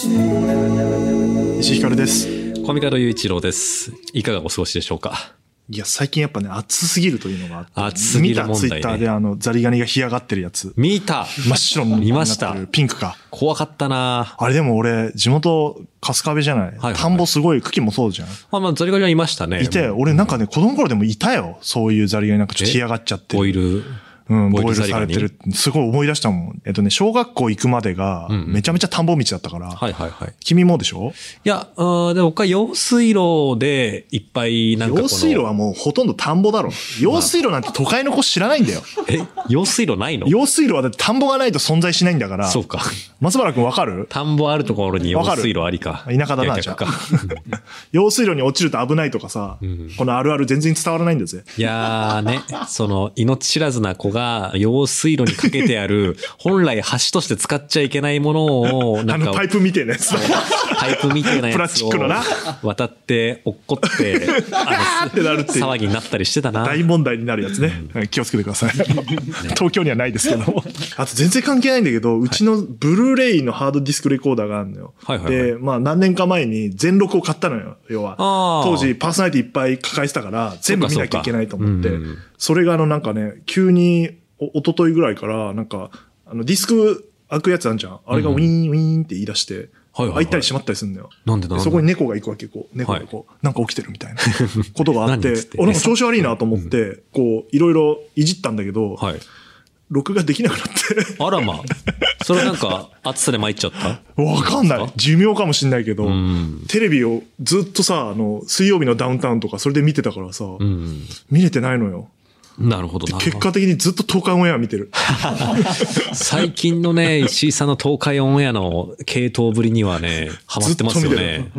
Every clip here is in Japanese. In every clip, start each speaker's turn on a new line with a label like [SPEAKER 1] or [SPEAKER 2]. [SPEAKER 1] 石井ひかるです。
[SPEAKER 2] コミカド雄一郎です。いかがお過ごしでしょうか。
[SPEAKER 1] いや、最近やっぱね、暑すぎるというのがあって。
[SPEAKER 2] 暑すぎる
[SPEAKER 1] 見
[SPEAKER 2] 問
[SPEAKER 1] た
[SPEAKER 2] 題ね
[SPEAKER 1] ツイッターであの、ザリガニが干上がってるやつ。
[SPEAKER 2] 見た
[SPEAKER 1] 真っ白の。
[SPEAKER 2] 見ました
[SPEAKER 1] なってるピンクか。
[SPEAKER 2] 怖かったな
[SPEAKER 1] あれでも俺、地元、春日部じゃない,、
[SPEAKER 2] はい
[SPEAKER 1] 田んぼすごい、茎もそうじゃん。
[SPEAKER 2] まあまあ、ザリガニはいましたね。
[SPEAKER 1] いて、俺なんかね、子供の頃でもいたよ。そういうザリガニなんかちょっと
[SPEAKER 2] え
[SPEAKER 1] 干上がっちゃって。
[SPEAKER 2] ボイル。
[SPEAKER 1] うん、ボ
[SPEAKER 2] ボ
[SPEAKER 1] イル
[SPEAKER 2] イルザリ
[SPEAKER 1] され
[SPEAKER 2] ガニ
[SPEAKER 1] てる。すごい思い出したもん。えっとね、小学校行くまでが、
[SPEAKER 2] うんうん
[SPEAKER 1] めちゃめちゃ田んぼ道だったから。
[SPEAKER 2] はいはいはい。い
[SPEAKER 1] 君もでしょ
[SPEAKER 2] や、あーでも僕は用水路でいっぱいなんかこの。
[SPEAKER 1] 用水路はもうほとんど田んぼだろ。用水路なんて都会の子知らないんだよ。
[SPEAKER 2] え、用水路ないの
[SPEAKER 1] 用水路はだって田んぼがないと存在しないんだから。
[SPEAKER 2] そうか。
[SPEAKER 1] 松原くんわかる
[SPEAKER 2] 田んぼあるところに用水路ありか。
[SPEAKER 1] 田舎だな
[SPEAKER 2] 逆か。
[SPEAKER 1] 用水路に落ちると危ないとかさ、
[SPEAKER 2] ん
[SPEAKER 1] このあるある全然伝わらないんだぜ。
[SPEAKER 2] いやーね、その、命知らずな子が用水路にかけてある、本来橋として使っちゃいけないものを、
[SPEAKER 1] あ
[SPEAKER 2] なん
[SPEAKER 1] の
[SPEAKER 2] か、
[SPEAKER 1] パイプみてえなやつ。
[SPEAKER 2] パイプみたいな
[SPEAKER 1] プラ
[SPEAKER 2] や
[SPEAKER 1] スチ
[SPEAKER 2] つ
[SPEAKER 1] ッ
[SPEAKER 2] を
[SPEAKER 1] クのな
[SPEAKER 2] 渡って落っこって、あ
[SPEAKER 1] ってなるっていう
[SPEAKER 2] の、騒ぎになったりしてたな。
[SPEAKER 1] 大問題になるやつね。はい気をつけてください。 東京にはないですけども。 あと全然関係ないんだけど、うちのブルーレイのハードディスクレコーダーがあるのよ。
[SPEAKER 2] はいはいはい
[SPEAKER 1] で、まあ何年か前に全録を買ったのよ、要は。
[SPEAKER 2] あー
[SPEAKER 1] 当時パーソナリティいっぱい抱えてたから、全部見なきゃいけないと思って
[SPEAKER 2] そうかそうかうんうん。
[SPEAKER 1] それがあのなんかね、急にお、おとといぐらいから、なんか、あのディスク開くやつあんじゃん。あれがウィーンウィーンって言い出して、
[SPEAKER 2] はいはいは
[SPEAKER 1] 開
[SPEAKER 2] い
[SPEAKER 1] いたり閉まったりするのよ。
[SPEAKER 2] なんでなん
[SPEAKER 1] で
[SPEAKER 2] で
[SPEAKER 1] そこに猫が行くわけ、こう。猫がこう、なんか起きてるみたいなことがあっ て
[SPEAKER 2] 何つっ、て
[SPEAKER 1] 俺なんか調子悪いなと思って、こう、いろいろいじったんだけど、
[SPEAKER 2] はい。
[SPEAKER 1] 録画できなくなっ
[SPEAKER 2] あらま。それなんか、暑さで参っちゃった
[SPEAKER 1] て。 わかんない。寿命かもしんないけど
[SPEAKER 2] ん、
[SPEAKER 1] テレビをずっとさ、あの、水曜日のダウンタウンとかそれで見てたからさ、
[SPEAKER 2] うん。
[SPEAKER 1] 見れてないのよ。
[SPEAKER 2] なるほどな。
[SPEAKER 1] 結果的にずっと東海オンエア見てる。
[SPEAKER 2] 最近のね、石井さんの東海オンエアの系統ぶりにはね、ハマってますよ
[SPEAKER 1] ずっ
[SPEAKER 2] ね。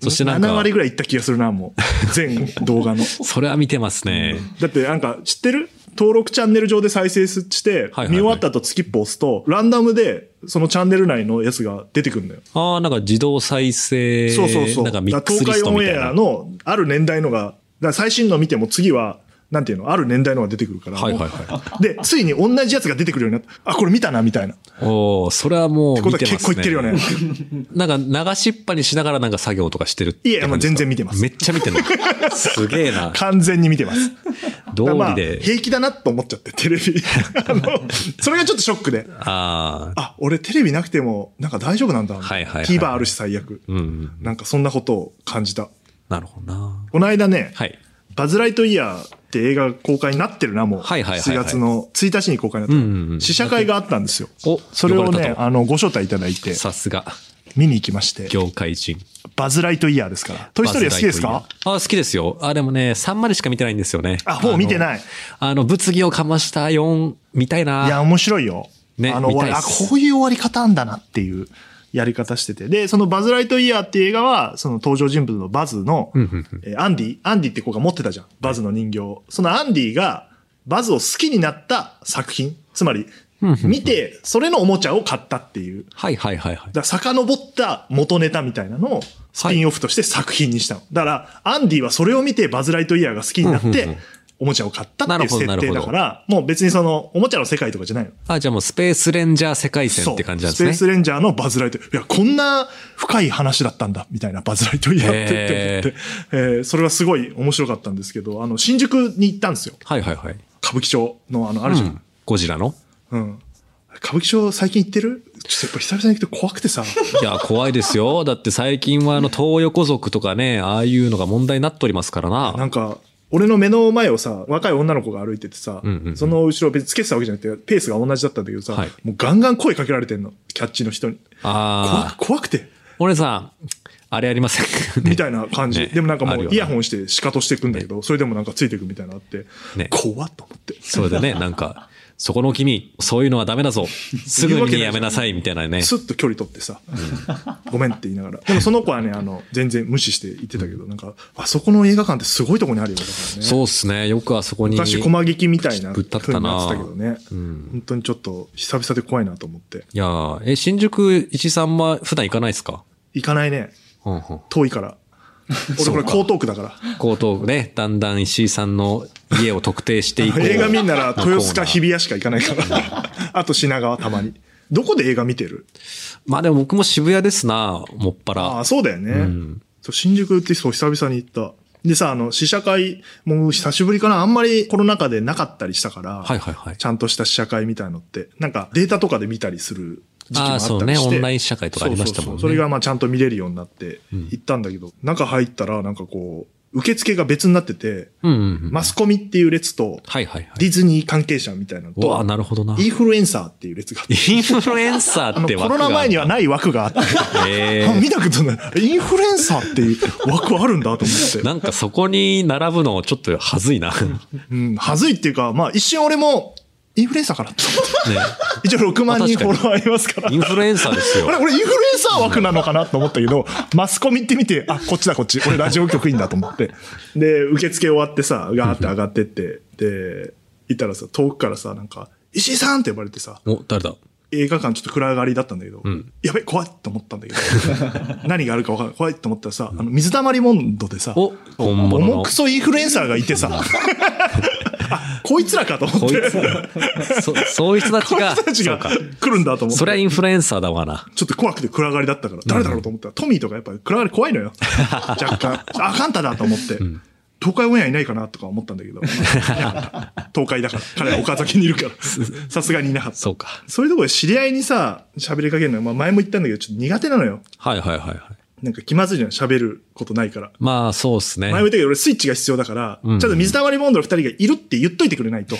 [SPEAKER 2] そしてなん
[SPEAKER 1] 7
[SPEAKER 2] か
[SPEAKER 1] 割、ぐらい行った気がするな、もう。全動画の。
[SPEAKER 2] それは見てますね。
[SPEAKER 1] だってなんか知ってる登録チャンネル上で再生して、
[SPEAKER 2] はいはい
[SPEAKER 1] 見終わった後スキップ押すと、ランダムでそのチャンネル内のやつが出てくるんだよ。
[SPEAKER 2] ああ、なんか自動再生、
[SPEAKER 1] そうそうそう。
[SPEAKER 2] なんかミッ
[SPEAKER 1] だ
[SPEAKER 2] ク
[SPEAKER 1] か
[SPEAKER 2] ス
[SPEAKER 1] ら
[SPEAKER 2] リ
[SPEAKER 1] 東
[SPEAKER 2] スト
[SPEAKER 1] 海オ
[SPEAKER 2] み
[SPEAKER 1] ン
[SPEAKER 2] たい
[SPEAKER 1] エア
[SPEAKER 2] な。
[SPEAKER 1] のある年代のが、だから最新の見ても次は、なんていうのある年代のが出てくるから。
[SPEAKER 2] はいはいは
[SPEAKER 1] で、ついに同じやつが出てくるようになった。あ、これ見たな、みたいな。って
[SPEAKER 2] おおそれはもう
[SPEAKER 1] こと
[SPEAKER 2] 見
[SPEAKER 1] は
[SPEAKER 2] てますね。
[SPEAKER 1] 結構言ってるよね。
[SPEAKER 2] なんか流しっぱにしながらなんか作業とかしてるって
[SPEAKER 1] いやいやもう全然見てます
[SPEAKER 2] めっちゃ見 てる。すげえな。
[SPEAKER 1] 完全に見てます。
[SPEAKER 2] 道
[SPEAKER 1] だからまあ
[SPEAKER 2] 理で。
[SPEAKER 1] 平気だなと思っちゃって、テレ ビ。あの、それがちょっとショックで。
[SPEAKER 2] ああ、
[SPEAKER 1] あ、俺テレビなくても、なんか大丈夫なんだ。
[SPEAKER 2] はいはいはい
[SPEAKER 1] TVer あるし最悪。
[SPEAKER 2] うん。
[SPEAKER 1] なんかそんなことを感じた。
[SPEAKER 2] なるほどな。
[SPEAKER 1] この間ね、
[SPEAKER 2] はい。
[SPEAKER 1] バズ・ライトイヤーって映画公開になってるな、もう。
[SPEAKER 2] はいはいはいは
[SPEAKER 1] 7
[SPEAKER 2] い
[SPEAKER 1] 月の1日に公開になった、
[SPEAKER 2] うんうんうん
[SPEAKER 1] 試写会があったんですよ。
[SPEAKER 2] お
[SPEAKER 1] それを
[SPEAKER 2] 呼ばれ
[SPEAKER 1] ね
[SPEAKER 2] た、と
[SPEAKER 1] あの、ご招待いただいて、
[SPEAKER 2] さすが、
[SPEAKER 1] 見に行きまして、
[SPEAKER 2] 業界人。
[SPEAKER 1] バズ・ライトイヤーですから。トイ・ストーリーは好きです
[SPEAKER 2] バズライ
[SPEAKER 1] か
[SPEAKER 2] トイヤーあ、好きですよ。あ、でもね、3までしか見てないんですよね。
[SPEAKER 1] あもう見てない
[SPEAKER 2] あの、あの物議をかました4、見た
[SPEAKER 1] い
[SPEAKER 2] い
[SPEAKER 1] や、
[SPEAKER 2] な。
[SPEAKER 1] 面白いよ。
[SPEAKER 2] ね
[SPEAKER 1] あの、終
[SPEAKER 2] 見
[SPEAKER 1] わ
[SPEAKER 2] たい
[SPEAKER 1] り、
[SPEAKER 2] っ
[SPEAKER 1] あ、
[SPEAKER 2] す
[SPEAKER 1] こういう終わり方なんだなっていうやり方してて。で、そのバズ・ライトイヤーっていう映画は、その登場人物のバズの、
[SPEAKER 2] うんうんうん
[SPEAKER 1] えーアンディ、アンディって子が持ってたじゃん。バズの人形を。そのアンディが、バズを好きになった作品。つまり、見て、それのおもちゃを買ったっていう。
[SPEAKER 2] はいはいはいはい。
[SPEAKER 1] だから遡った元ネタみたいなのをスピンオフとして作品にしたの。だから、アンディはそれを見てバズ・ライトイヤーが好きになっ
[SPEAKER 2] うんうんう
[SPEAKER 1] て、おもちゃを買ったって
[SPEAKER 2] な
[SPEAKER 1] いう
[SPEAKER 2] るほど
[SPEAKER 1] 設定
[SPEAKER 2] な
[SPEAKER 1] だか
[SPEAKER 2] るほ
[SPEAKER 1] ら、もう別にその、おもちゃの世界とかじゃないの。
[SPEAKER 2] あ、じゃあもうスペースレンジャー世界線って感じなんです
[SPEAKER 1] そう
[SPEAKER 2] ね。
[SPEAKER 1] スペースレンジャーのバズ・ライト。いや、こんな深い話だったんだ、みたいなバズ・ライトイヤーって
[SPEAKER 2] へー
[SPEAKER 1] って思って、えーそれはすごい面白かったんですけど、あの、新宿に行ったんですよ。
[SPEAKER 2] はいはいはい。
[SPEAKER 1] 歌舞伎町の、あの、あるじゃん。
[SPEAKER 2] うんゴジラの
[SPEAKER 1] うん。歌舞伎町最近行ってるちょっとやっぱ久々に行くと怖くてさ。
[SPEAKER 2] いや、怖いですよ。だって最近はあの、東横族とかね、ああいうのが問題になっておりますから
[SPEAKER 1] な
[SPEAKER 2] な。
[SPEAKER 1] んか、俺の目の前をさ、若い女の子が歩いててさ、
[SPEAKER 2] うんうん
[SPEAKER 1] その後ろ別につけてたわけじゃなくて、ペースが同じだったんだけどさ、
[SPEAKER 2] はい
[SPEAKER 1] もうガンガン声かけられてんの、キャッチの人に。怖
[SPEAKER 2] あ
[SPEAKER 1] く
[SPEAKER 2] あ。
[SPEAKER 1] 怖くて、
[SPEAKER 2] 俺さん、あれありません。
[SPEAKER 1] みたいな感じ。
[SPEAKER 2] ね
[SPEAKER 1] でもなんか
[SPEAKER 2] あ
[SPEAKER 1] も
[SPEAKER 2] る
[SPEAKER 1] う
[SPEAKER 2] よ
[SPEAKER 1] イ
[SPEAKER 2] ね
[SPEAKER 1] ヤホンしてシカトしてくんだけど、それでもなんかついてくみたいなのあって、
[SPEAKER 2] ね
[SPEAKER 1] 怖っと思って。
[SPEAKER 2] それでね、なんか、そこの君、そういうのはダメだぞ。すぐにやめなさい、みたいなね。
[SPEAKER 1] スッと距離取ってさ、ごめんって言いながら。でもその子はね、あの、全然無視して言ってたけど、なんか、あそこの映画館ってすごいとこにあるよ、だからね。
[SPEAKER 2] そうっすね。よくあそこに。
[SPEAKER 1] 昔、駒劇みたいな
[SPEAKER 2] ぶっ立っ
[SPEAKER 1] 風
[SPEAKER 2] たな
[SPEAKER 1] になってたけどね。
[SPEAKER 2] うん
[SPEAKER 1] 本当にちょっと、久々で怖いなと思って。
[SPEAKER 2] いやーえ、新宿、石井さんは普段行かないですか
[SPEAKER 1] 行かないね。
[SPEAKER 2] うんうん。
[SPEAKER 1] 遠いから。俺これ江東区だから。
[SPEAKER 2] 江東区ね、だんだん石井さんの家を特定していこう。
[SPEAKER 1] 映画見んなら豊洲か日比谷しか行かない から。あと品川たまに。どこで映画見てる
[SPEAKER 2] まあでも僕も渋谷ですな、もっぱ
[SPEAKER 1] あ
[SPEAKER 2] ら
[SPEAKER 1] あ、。そうだよね。そう新宿ってそう久々に行った。でさ、あの、試写会、もう久しぶりかな。あんまりコロナ禍でなかったりしたから、
[SPEAKER 2] はいはいはい
[SPEAKER 1] ちゃんとした試写会みたいのって、なんかデータとかで見たりする時期もあ
[SPEAKER 2] あ
[SPEAKER 1] った
[SPEAKER 2] あ、
[SPEAKER 1] りして。
[SPEAKER 2] そうね、オンライン社会とかありましたもん
[SPEAKER 1] そうそうそ
[SPEAKER 2] ね。
[SPEAKER 1] うそれがまあちゃんと見れるようになって行ったんだけど、中入ったらなんかこう、受付が別になってて、
[SPEAKER 2] うんうんうん。
[SPEAKER 1] マスコミっていう列と、
[SPEAKER 2] はいはいはい。
[SPEAKER 1] ディズニー関係者みたいなの
[SPEAKER 2] うわあ
[SPEAKER 1] と、
[SPEAKER 2] なるほどな。
[SPEAKER 1] インフルエンサーっていう列があって、
[SPEAKER 2] インフルエンサ
[SPEAKER 1] あ
[SPEAKER 2] ーっ
[SPEAKER 1] の、
[SPEAKER 2] て
[SPEAKER 1] コ
[SPEAKER 2] 枠が
[SPEAKER 1] ロナ前にはない枠 があって、
[SPEAKER 2] え
[SPEAKER 1] あ
[SPEAKER 2] ー
[SPEAKER 1] 見たことない。インフルエンサーっていう枠あるんだと思って。
[SPEAKER 2] なんかそこに並ぶのちょっとはず いな。ね。
[SPEAKER 1] うん、はずいっていうか、まあ一瞬俺も、インフルエンサーかなと思って。一応6万人フ
[SPEAKER 2] まあ確かに
[SPEAKER 1] ォロワーいますから。
[SPEAKER 2] インフルエンサーですよ
[SPEAKER 1] あ。れ、俺インフルエンサー枠なのかなと思ったけど、マスコミ行ってみて、あ、こっちだこっち。俺ラジオ局員だと思って。で、受付終わってさ、ガーって上がってって、で、いたらさ、遠くからさ、なんか、石井さんって呼ばれてさ、
[SPEAKER 2] お、誰だ
[SPEAKER 1] 映画館ちょっと暗がりだったんだけど、やべ、怖いと思ったんだけど、 何があるか分からない。怖いと思ったらさ、あの、水溜りボンドでさ、
[SPEAKER 2] お本物の
[SPEAKER 1] 重くそインフルエンサーがいて さ、あ、こいつらかと思って、
[SPEAKER 2] こ
[SPEAKER 1] こ
[SPEAKER 2] い
[SPEAKER 1] いつ
[SPEAKER 2] つ、そ、そういう人たちが、
[SPEAKER 1] たち
[SPEAKER 2] そ
[SPEAKER 1] が
[SPEAKER 2] うか。
[SPEAKER 1] 来るんだと思っ
[SPEAKER 2] そ
[SPEAKER 1] て、
[SPEAKER 2] りゃインフルエンサーだわな。
[SPEAKER 1] ちょっと怖くて暗がりだったから、誰だろうと思ったら、トミーとかやっぱり暗がり怖いの よ。若干、あ、カンタだと思って。東海オンエアいないかなとか思ったん だけど、いなかった東海だから、彼は岡崎にいるから、さすがにいなかった。
[SPEAKER 2] そうか。
[SPEAKER 1] そういうところで知り合いにさ、喋りかけるのよ。まあ前も言ったんだけど、ちょっと苦手なのよ。
[SPEAKER 2] はいはいはいはい。
[SPEAKER 1] なんか気まずいじゃん、喋ることないから。
[SPEAKER 2] まあそうっすね
[SPEAKER 1] 前。も言ったけど、俺スイッチが必要だから、ちょっと水溜りボンドの二人がいるって言っといてくれないと、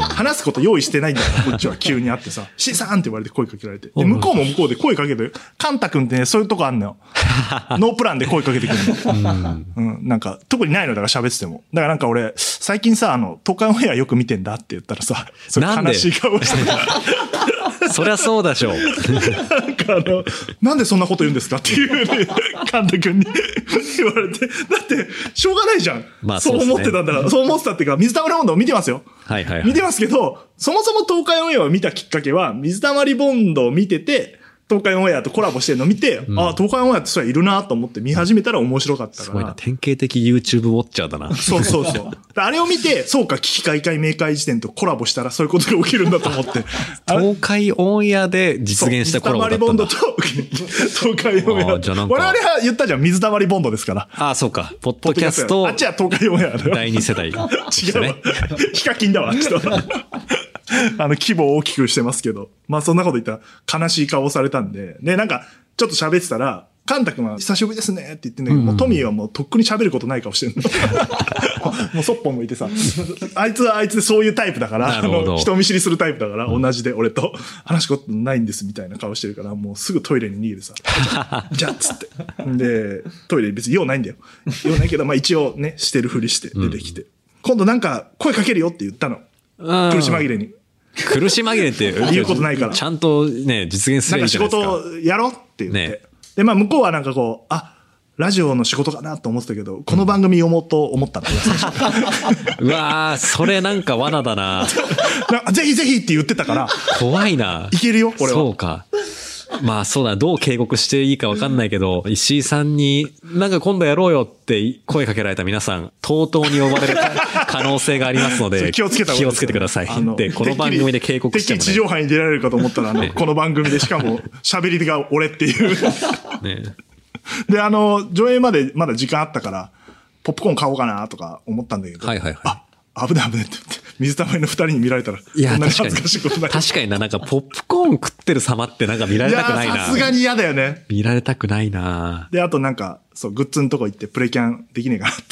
[SPEAKER 1] 話すこと用意してないんだ から、こっちは急に会ってさ、シーさんって言われて声かけられて。で、向こうも向こうで声かけて、カンタ君ってね、そういうとこあんのよ。 ノープランで声かけてくるの。うん、なんか、特にないのだから喋ってても。だからなんか俺、最近さ、あの、東海オンエアよく見てんだって言ったらさ、それ
[SPEAKER 2] なんで
[SPEAKER 1] 悲しい顔して
[SPEAKER 2] そりゃそうだ しょう。
[SPEAKER 1] なんかあの、なんでそんなこと言うんですかっていうね、神田君に 言われて。だって、しょうがないじゃん。
[SPEAKER 2] まあ
[SPEAKER 1] そう
[SPEAKER 2] そう
[SPEAKER 1] 思
[SPEAKER 2] っす
[SPEAKER 1] っ
[SPEAKER 2] ね
[SPEAKER 1] てたんだから、そう思ってたっていうか、水溜りボンドを見てますよ。
[SPEAKER 2] はいはいはい
[SPEAKER 1] 見てますけど、そもそも東海オンエアを見たきっかけは、水溜りボンドを見てて、東海オンエアとコラボしてるのを見て、ああ、東海オンエアってそりゃいるなと思って見始めたら面白かった
[SPEAKER 2] す
[SPEAKER 1] か
[SPEAKER 2] ごいな。
[SPEAKER 1] ら。
[SPEAKER 2] 典型的 YouTube ウォッチャーだな。
[SPEAKER 1] そうそうそう。あれを見て、そうか、危機開会明快時点とコラボしたらそういうことが起きるんだと思って。あれ
[SPEAKER 2] 東海オンエアで実現したコラボだ
[SPEAKER 1] 水
[SPEAKER 2] った
[SPEAKER 1] 溜りボン
[SPEAKER 2] んだ
[SPEAKER 1] ド。と東海オンエア。
[SPEAKER 2] あー
[SPEAKER 1] 我
[SPEAKER 2] じゃあなん
[SPEAKER 1] 々
[SPEAKER 2] か
[SPEAKER 1] は言ったじゃん、水溜りボンドですから。
[SPEAKER 2] ああ、そうか。ポッドキャスト
[SPEAKER 1] あっちは東海オンエアだよ。
[SPEAKER 2] 第二世代。違
[SPEAKER 1] 違うわ。ヒカキンだわ、ちょっと。あの、規模を大きくしてますけど。まあ、そんなこと言ったら悲しい顔をされたんで。で、なんか、ちょっと喋ってたら、カンタ君は久しぶりですねって言ってんだけど、もうトミーはもうとっくに喋ることない顔してる の。もうそっぽ向いてさ。あいつはあいつでそういうタイプだから、
[SPEAKER 2] な
[SPEAKER 1] あ
[SPEAKER 2] るほど
[SPEAKER 1] の、人見知りするタイプだから、同じで俺と話すことないんですみたいな顔してるから、もうすぐトイレに逃げてさ。 じゃあ、つって。で、トイレ別に用ないんだよ。用ないけど、まあ一応ね、してるふりして出てきて。今度なんか声かけるよって言ったの。苦し紛れに。
[SPEAKER 2] 苦し紛れって
[SPEAKER 1] 言うことないから
[SPEAKER 2] ちゃんとね、実現す
[SPEAKER 1] なん
[SPEAKER 2] れ
[SPEAKER 1] か
[SPEAKER 2] ばいいじ
[SPEAKER 1] 仕
[SPEAKER 2] ゃないですか。
[SPEAKER 1] 事をやろうって言って。
[SPEAKER 2] ね
[SPEAKER 1] で、まあ向こうはなんかこう、あ、ラジオの仕事かなと思ってたけど、この番組読もうと思 ったんだよ
[SPEAKER 2] うわー、それなんか罠 だな。
[SPEAKER 1] なんかぜひぜひって言ってたから、
[SPEAKER 2] 怖いな。
[SPEAKER 1] いけるよ、これ
[SPEAKER 2] そ
[SPEAKER 1] は。
[SPEAKER 2] うか。まあそうだ、どう警告していいかわかんないけど、石井さんに、なんか今度やろうよって声かけられた皆さん、とうとうに呼ばれる 可能性がありますの
[SPEAKER 1] それ
[SPEAKER 2] で、
[SPEAKER 1] 気をつけた方がいい
[SPEAKER 2] 気を
[SPEAKER 1] で
[SPEAKER 2] つ
[SPEAKER 1] す
[SPEAKER 2] け
[SPEAKER 1] よ
[SPEAKER 2] てください
[SPEAKER 1] あ。の
[SPEAKER 2] で、この番組で警告し
[SPEAKER 1] て
[SPEAKER 2] て
[SPEAKER 1] っきりてっきり地
[SPEAKER 2] も
[SPEAKER 1] 上波に出られるかと思ったら、あの、この番組でしか も喋りが俺っていう。
[SPEAKER 2] ね。ね
[SPEAKER 1] で、あの、上映までまだ時間あったから、ポップコーン買おうかなとか思ったんだけど、
[SPEAKER 2] はいはいは
[SPEAKER 1] あ、危ない危ないって言って、水溜りの二人に見られたら、
[SPEAKER 2] い。いや、
[SPEAKER 1] こんなに
[SPEAKER 2] 確か
[SPEAKER 1] 恥ずか
[SPEAKER 2] に。
[SPEAKER 1] しいことない。
[SPEAKER 2] 確かにな、なんかポップコーン食ってる様ってなんか見ら
[SPEAKER 1] い
[SPEAKER 2] れ
[SPEAKER 1] や
[SPEAKER 2] たくない
[SPEAKER 1] ー、さすが
[SPEAKER 2] な。
[SPEAKER 1] に嫌だよね。
[SPEAKER 2] 見られたくないな。
[SPEAKER 1] で、あとなんか、そう、グッズのとこ行って、プレキャンできねえかな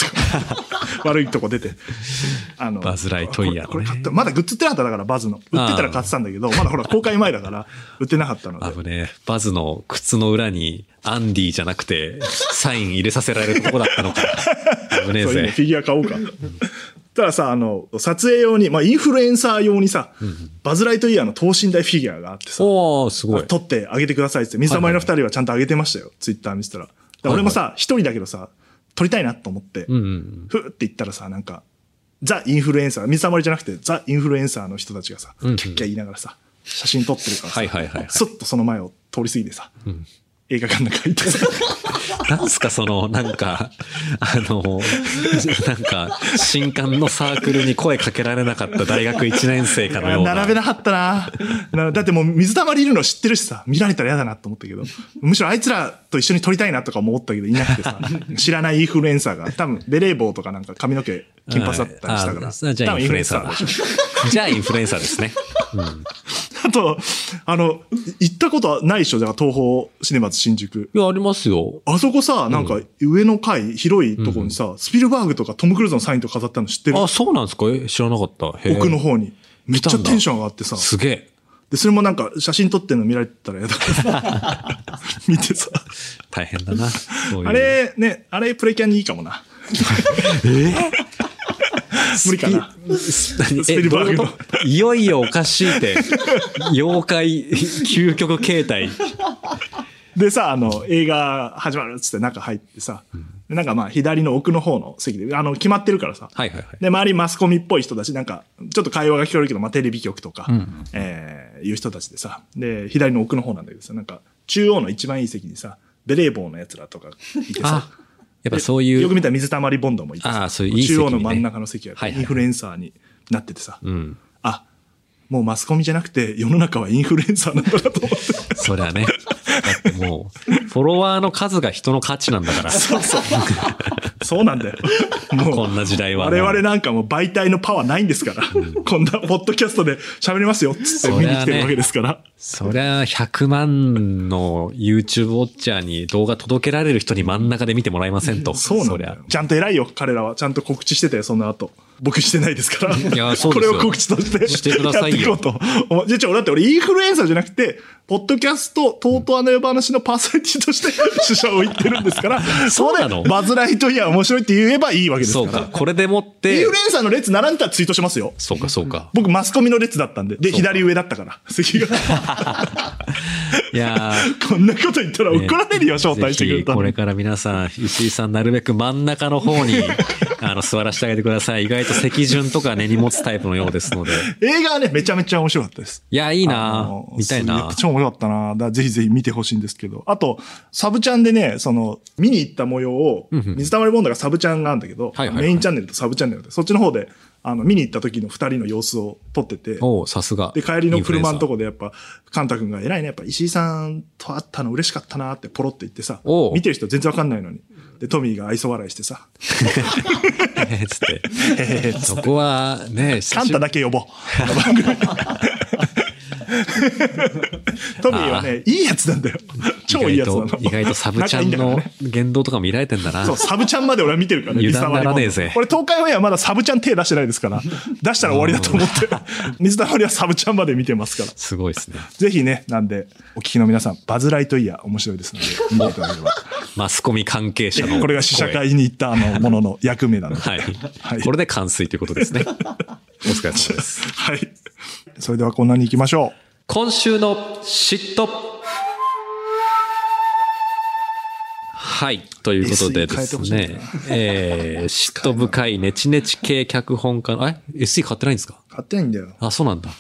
[SPEAKER 1] とか、悪いとこ出て、あの、
[SPEAKER 2] バズライトイヤーのね
[SPEAKER 1] これこれ買った、まだグッズ売ってなかっただから、バズの。売ってたら買ってたんだけど、まだほら、公開前だから、売ってなかったので。
[SPEAKER 2] 危ねえ。バズの靴の裏にアンディじゃなくて、サイン入れさせられるとこだっ たのか。
[SPEAKER 1] そ
[SPEAKER 2] 危ねえ
[SPEAKER 1] ういうの
[SPEAKER 2] ぜ
[SPEAKER 1] フ。ィギュア買おうか。たださ、あの、撮影用に、まあ、インフルエンサー用にさ、バズライトイヤーの等身大フィギュアがあってさ、
[SPEAKER 2] おー、すごい。
[SPEAKER 1] 撮ってあげてくださいっつって、水溜りの二人はちゃんとあげてましたよ、ツイッター見せたら。だから俺もさ、一人だけどさ、撮りたいなと思って、
[SPEAKER 2] うんうん。
[SPEAKER 1] ふって言ったらさ、なんか、ザ・インフルエンサー、水溜りじゃなくて、ザ・インフルエンサーの人たちがさ、キャッキャ言いながらさ、写真撮ってるからさ、
[SPEAKER 2] はいはいはいはい
[SPEAKER 1] スッとその前を通り過ぎてさ、映画館の中行ってさ、
[SPEAKER 2] なんすかその、なんか、あの、なんか、新刊のサークルに声かけられなかった大学1年生かのよう な。
[SPEAKER 1] 並べなかったななだってもう水たまりいるの知ってるしさ、見られたら嫌だなと思ったけど、むしろあいつらと一緒に撮りたいなとか思ったけど、いなくて さ、知らないインフルエンサーが、多分ベレー帽とかなんか髪の毛金髪だったりしたから、
[SPEAKER 2] あじゃ
[SPEAKER 1] 多
[SPEAKER 2] あ
[SPEAKER 1] 分
[SPEAKER 2] インフルエンサ
[SPEAKER 1] でしょ
[SPEAKER 2] ーだ。じゃあインフルエンサーですね。
[SPEAKER 1] あと、あの、行ったことはないでしょ、だから東宝シネマズ新宿。
[SPEAKER 2] いや、ありますよ。
[SPEAKER 1] あそこさ、なんか上の階、広いところにさ、スピルバーグとかトム・クルーズのサインとか飾ったの知ってる
[SPEAKER 2] あ、そうなんですかえ知らなかった。へー
[SPEAKER 1] 奥の。方に。めっちゃテンション上がってさ。
[SPEAKER 2] すげえ。
[SPEAKER 1] で、それもなんか写真撮ってるの見られてたら嫌だから 見てさ。
[SPEAKER 2] 大変だな。そういう
[SPEAKER 1] あれ、ね、あれプレキャンにいいかもな。 無理かな。
[SPEAKER 2] ス ピ
[SPEAKER 1] スピルバーグの
[SPEAKER 2] えどういうこといよいよおかし いって。妖怪、究極形態。
[SPEAKER 1] でさ、あの、映画始まるっつって中入ってさ、でなんかまあ左の奥の方の席で、あの、決まってるからさ。
[SPEAKER 2] はいはいはい。
[SPEAKER 1] で、周りマスコミっぽい人だし、なんか、ちょっと会話が聞こえるけど、まあ、テレビ局とか、えーいう人たちでさ、で、左の奥の方なんだけどさ、なんか、中央の一番いい席にさ、ベレー帽のやつらとかいてさ
[SPEAKER 2] あ、、やっぱそうい
[SPEAKER 1] よく
[SPEAKER 2] う。
[SPEAKER 1] 見たら水たまりボンドもいてさ
[SPEAKER 2] あーそういういい席
[SPEAKER 1] 中
[SPEAKER 2] にね
[SPEAKER 1] 央の真ん中の席が
[SPEAKER 2] はいはい
[SPEAKER 1] インフルエンサーになっててさ、
[SPEAKER 2] うん。
[SPEAKER 1] あ、もうマスコミじゃなくて世の中はインフルエンサーなんだなと思って。
[SPEAKER 2] そりゃね。だってもう、フォロワーの数が人の価値なんだから。
[SPEAKER 1] そうなんだよ。もう。
[SPEAKER 2] こんな時代はも
[SPEAKER 1] 我
[SPEAKER 2] う。
[SPEAKER 1] 々なんかもう媒体のパワーないんですから。こんなポッドキャストで喋りますよっつって見に来てるわけですから。
[SPEAKER 2] そりゃ、100万の YouTube ウォッチャーに動画届けられる人に真ん中で見てもらえませんと。
[SPEAKER 1] そうなんだよ。ちゃんと偉いよ、彼らは。ちゃんと告知してたよ、その後。僕してないですから。
[SPEAKER 2] やそう
[SPEAKER 1] こ
[SPEAKER 2] です
[SPEAKER 1] れを
[SPEAKER 2] よ
[SPEAKER 1] 告知として。
[SPEAKER 2] してくださ
[SPEAKER 1] やっ
[SPEAKER 2] いよ
[SPEAKER 1] ていこうと思う。じゃあ、ちょだって俺、インフルエンサーじゃなくて、ポッドキャスト、とうとうあの呼ばなしのパーソナリティとして、 主者を言ってるんですから。
[SPEAKER 2] そうなの
[SPEAKER 1] でバズライトイヤー面白いって言えばいいわけです
[SPEAKER 2] そう
[SPEAKER 1] から。
[SPEAKER 2] か。これでもっ
[SPEAKER 1] イン
[SPEAKER 2] て
[SPEAKER 1] フル、エンサーの列並んでたらツイートしますよ。
[SPEAKER 2] そうかそうか。
[SPEAKER 1] 僕、マスコミの列だったんで。で、左上だったから。席が。
[SPEAKER 2] いやー
[SPEAKER 1] こんなこと言ったら怒られるよ、招待してく
[SPEAKER 2] ぜ
[SPEAKER 1] れ
[SPEAKER 2] ひ
[SPEAKER 1] た
[SPEAKER 2] こ
[SPEAKER 1] のに
[SPEAKER 2] れから皆さん、石井さんなるべく真ん中の 方に、あの、座らせてあげてください。意外と席順とかね、荷物タイプのようで すので。
[SPEAKER 1] 映画はね、めちゃめちゃ面白かったです。
[SPEAKER 2] いや、いい
[SPEAKER 1] あ
[SPEAKER 2] な
[SPEAKER 1] の
[SPEAKER 2] みたいな
[SPEAKER 1] す。超面白かったなだからぜひぜひ見てほしいんですけど。あと、サブチャンでね、その、見に行った模様を、水溜りボンドがサブチャンがあるんだけど、
[SPEAKER 2] はいはいはい
[SPEAKER 1] メインチャンネルとサブチャンネルで、そっちの方で、あの、見に行った時の二人の様子を撮ってて、
[SPEAKER 2] おうさすが。
[SPEAKER 1] で、帰りの車のと
[SPEAKER 2] こ。
[SPEAKER 1] こでやっぱ、カンタ君が偉いね、やっぱ石井さんと会ったの嬉しかったなってポロって言ってさ、
[SPEAKER 2] おう
[SPEAKER 1] 見てる人全然わかんないのに。で、トミーが愛想笑いしてさ、
[SPEAKER 2] つって。そこは、ね、
[SPEAKER 1] カンタだけ呼ぼう。あの番組トミーはね、いいやつなんだよ。超いい
[SPEAKER 2] 意
[SPEAKER 1] やつな
[SPEAKER 2] 外
[SPEAKER 1] の
[SPEAKER 2] と、。意外とサブち
[SPEAKER 1] 仲
[SPEAKER 2] ゃん
[SPEAKER 1] いいだ
[SPEAKER 2] の
[SPEAKER 1] からね
[SPEAKER 2] 言動とか見られてんだな。
[SPEAKER 1] そう、サブちゃんまで俺は見てるからね、
[SPEAKER 2] 油
[SPEAKER 1] 水溜
[SPEAKER 2] 断な
[SPEAKER 1] りボンド
[SPEAKER 2] らねえぜ
[SPEAKER 1] 俺、東海オンエアまだサブちゃん手出してないですから、出したら終わりだと思って、水溜りはサブちゃんまで見てますから。
[SPEAKER 2] すごいですね。
[SPEAKER 1] ぜひね、なんで、お聞きの皆さん、バズライトイヤー面白いですので、見ていただければ。
[SPEAKER 2] マスコミ関係者 の。
[SPEAKER 1] これが試写。会に行ったあの、ものの役目なので。
[SPEAKER 2] はい
[SPEAKER 1] はい。
[SPEAKER 2] これで完遂ということですね。お疲れ様です。
[SPEAKER 1] はい。それではこんなに行きましょう。
[SPEAKER 2] 今週の嫉妬はい。ということでですね。えー、嫉妬深いネチネチ系脚本家の、え ?SE 買ってないんですか
[SPEAKER 1] 勝手にんだよ。
[SPEAKER 2] あ、そうなんだ。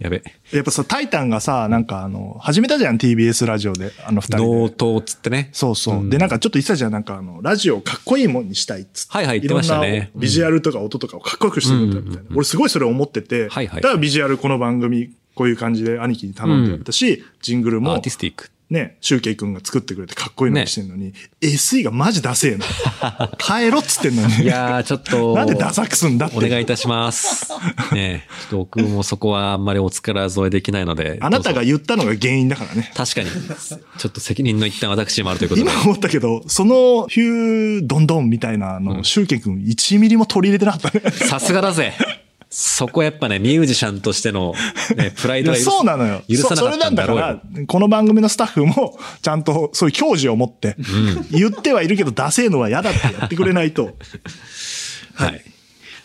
[SPEAKER 2] やべ。
[SPEAKER 1] やっぱさ、タイタンがさ、なんかあの、始めたじゃん、TBS ラジオで、あの二人
[SPEAKER 2] ノー
[SPEAKER 1] で。
[SPEAKER 2] トっつってね。
[SPEAKER 1] そうそう。で、なんかちょっと言ってたじゃん、なんかあの、ラジオをかっこいいもんにしたいっつって。
[SPEAKER 2] はいはい言ってましたね
[SPEAKER 1] いろんなビジュアルとか音とかをかっこよくしてるんだみたいな。俺すごいそれ思ってて、
[SPEAKER 2] はいはい
[SPEAKER 1] だからビジュアルこの番組、こういう感じで兄貴に頼んでやったし、ジングル
[SPEAKER 2] アー
[SPEAKER 1] も
[SPEAKER 2] ティ、スティック。
[SPEAKER 1] ね、シュウケイ君が作ってくれてかっこいいのにしてんのに、SE がマジダ セえの。帰ろっつってんのに。
[SPEAKER 2] いやー、ちょっ と。
[SPEAKER 1] なんでダサくすんだって。
[SPEAKER 2] お願いいたします。ねえ、ちょっと僕もそこはあんまりお力添えできないので。
[SPEAKER 1] あなた
[SPEAKER 2] どうぞ
[SPEAKER 1] が言ったのが原因だからね。
[SPEAKER 2] 確かに。ちょっと責任の一端私にもあるということで
[SPEAKER 1] 今。思ったけど、その、ヒュー、どんどんみたいなの、シュウケイ君1ミリも取り入れてなかったね。
[SPEAKER 2] さすがだぜ。そこやっぱね、ミュージシャンとしての、 ね、プライドは許す
[SPEAKER 1] そうなのよ。
[SPEAKER 2] 許さな
[SPEAKER 1] そ
[SPEAKER 2] か
[SPEAKER 1] それ
[SPEAKER 2] っ
[SPEAKER 1] な
[SPEAKER 2] た
[SPEAKER 1] ん
[SPEAKER 2] ん
[SPEAKER 1] だ
[SPEAKER 2] だ
[SPEAKER 1] か
[SPEAKER 2] ろうよ。
[SPEAKER 1] ら、この番組のスタッフも、ちゃんとそういう教示を持って、言ってはいるけど、ダセえのは嫌だってやってくれない と。
[SPEAKER 2] はい。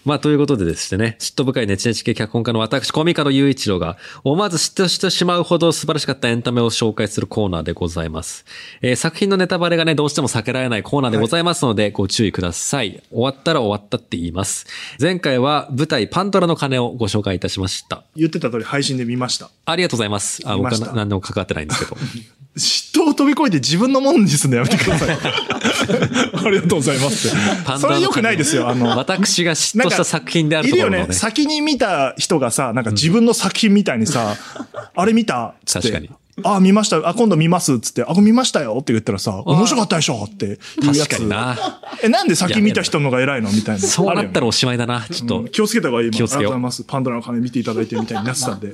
[SPEAKER 2] まあ、ということででしてね、嫉妬深いネチネチ系脚本家の私、コミカド雄一郎が、思わず嫉妬してしまうほど素晴らしかったエンタメを紹介するコーナーでございます。えー作品のネタバレがね、どうしても避けられないコーナーでございますので、ご注意ください。終わったら終わったって言います。前回は舞台パンドラの鐘をご紹介いたしました。
[SPEAKER 1] 言ってた通り配信で見ました。
[SPEAKER 2] ありがとうございます。あ、
[SPEAKER 1] 見ま
[SPEAKER 2] 僕
[SPEAKER 1] した
[SPEAKER 2] は何でも関わってないんですけど。
[SPEAKER 1] 嫉妬を飛び越えて自分のものにすんのやめてくだ さい。ありがとうございますって
[SPEAKER 2] パン。
[SPEAKER 1] そ
[SPEAKER 2] ダの
[SPEAKER 1] れ良くないですよ。あの、
[SPEAKER 2] 私が嫉妬した作品である
[SPEAKER 1] い
[SPEAKER 2] と
[SPEAKER 1] る
[SPEAKER 2] ころ
[SPEAKER 1] よ
[SPEAKER 2] のね
[SPEAKER 1] ね。。先に見た人がさ、なんか自分の作品みたいにさ、あれ見たっつって。
[SPEAKER 2] 確かに
[SPEAKER 1] あ、見ました。あ、今度見ますっつって。あ、これ見ましたよって言ったらさ、面白かったでしょっていうや
[SPEAKER 2] 確か
[SPEAKER 1] つ
[SPEAKER 2] に。な。
[SPEAKER 1] え、なんで先見た人のが偉いのみたいな。
[SPEAKER 2] そうな
[SPEAKER 1] あ
[SPEAKER 2] っ
[SPEAKER 1] るよ
[SPEAKER 2] た
[SPEAKER 1] ね
[SPEAKER 2] らおしまいだな。ちょっと。
[SPEAKER 1] 気をつけた方がいい。今
[SPEAKER 2] 気をつけよう
[SPEAKER 1] ありがとうございます。パンドラの鐘見ていただいてみたいになってたんで。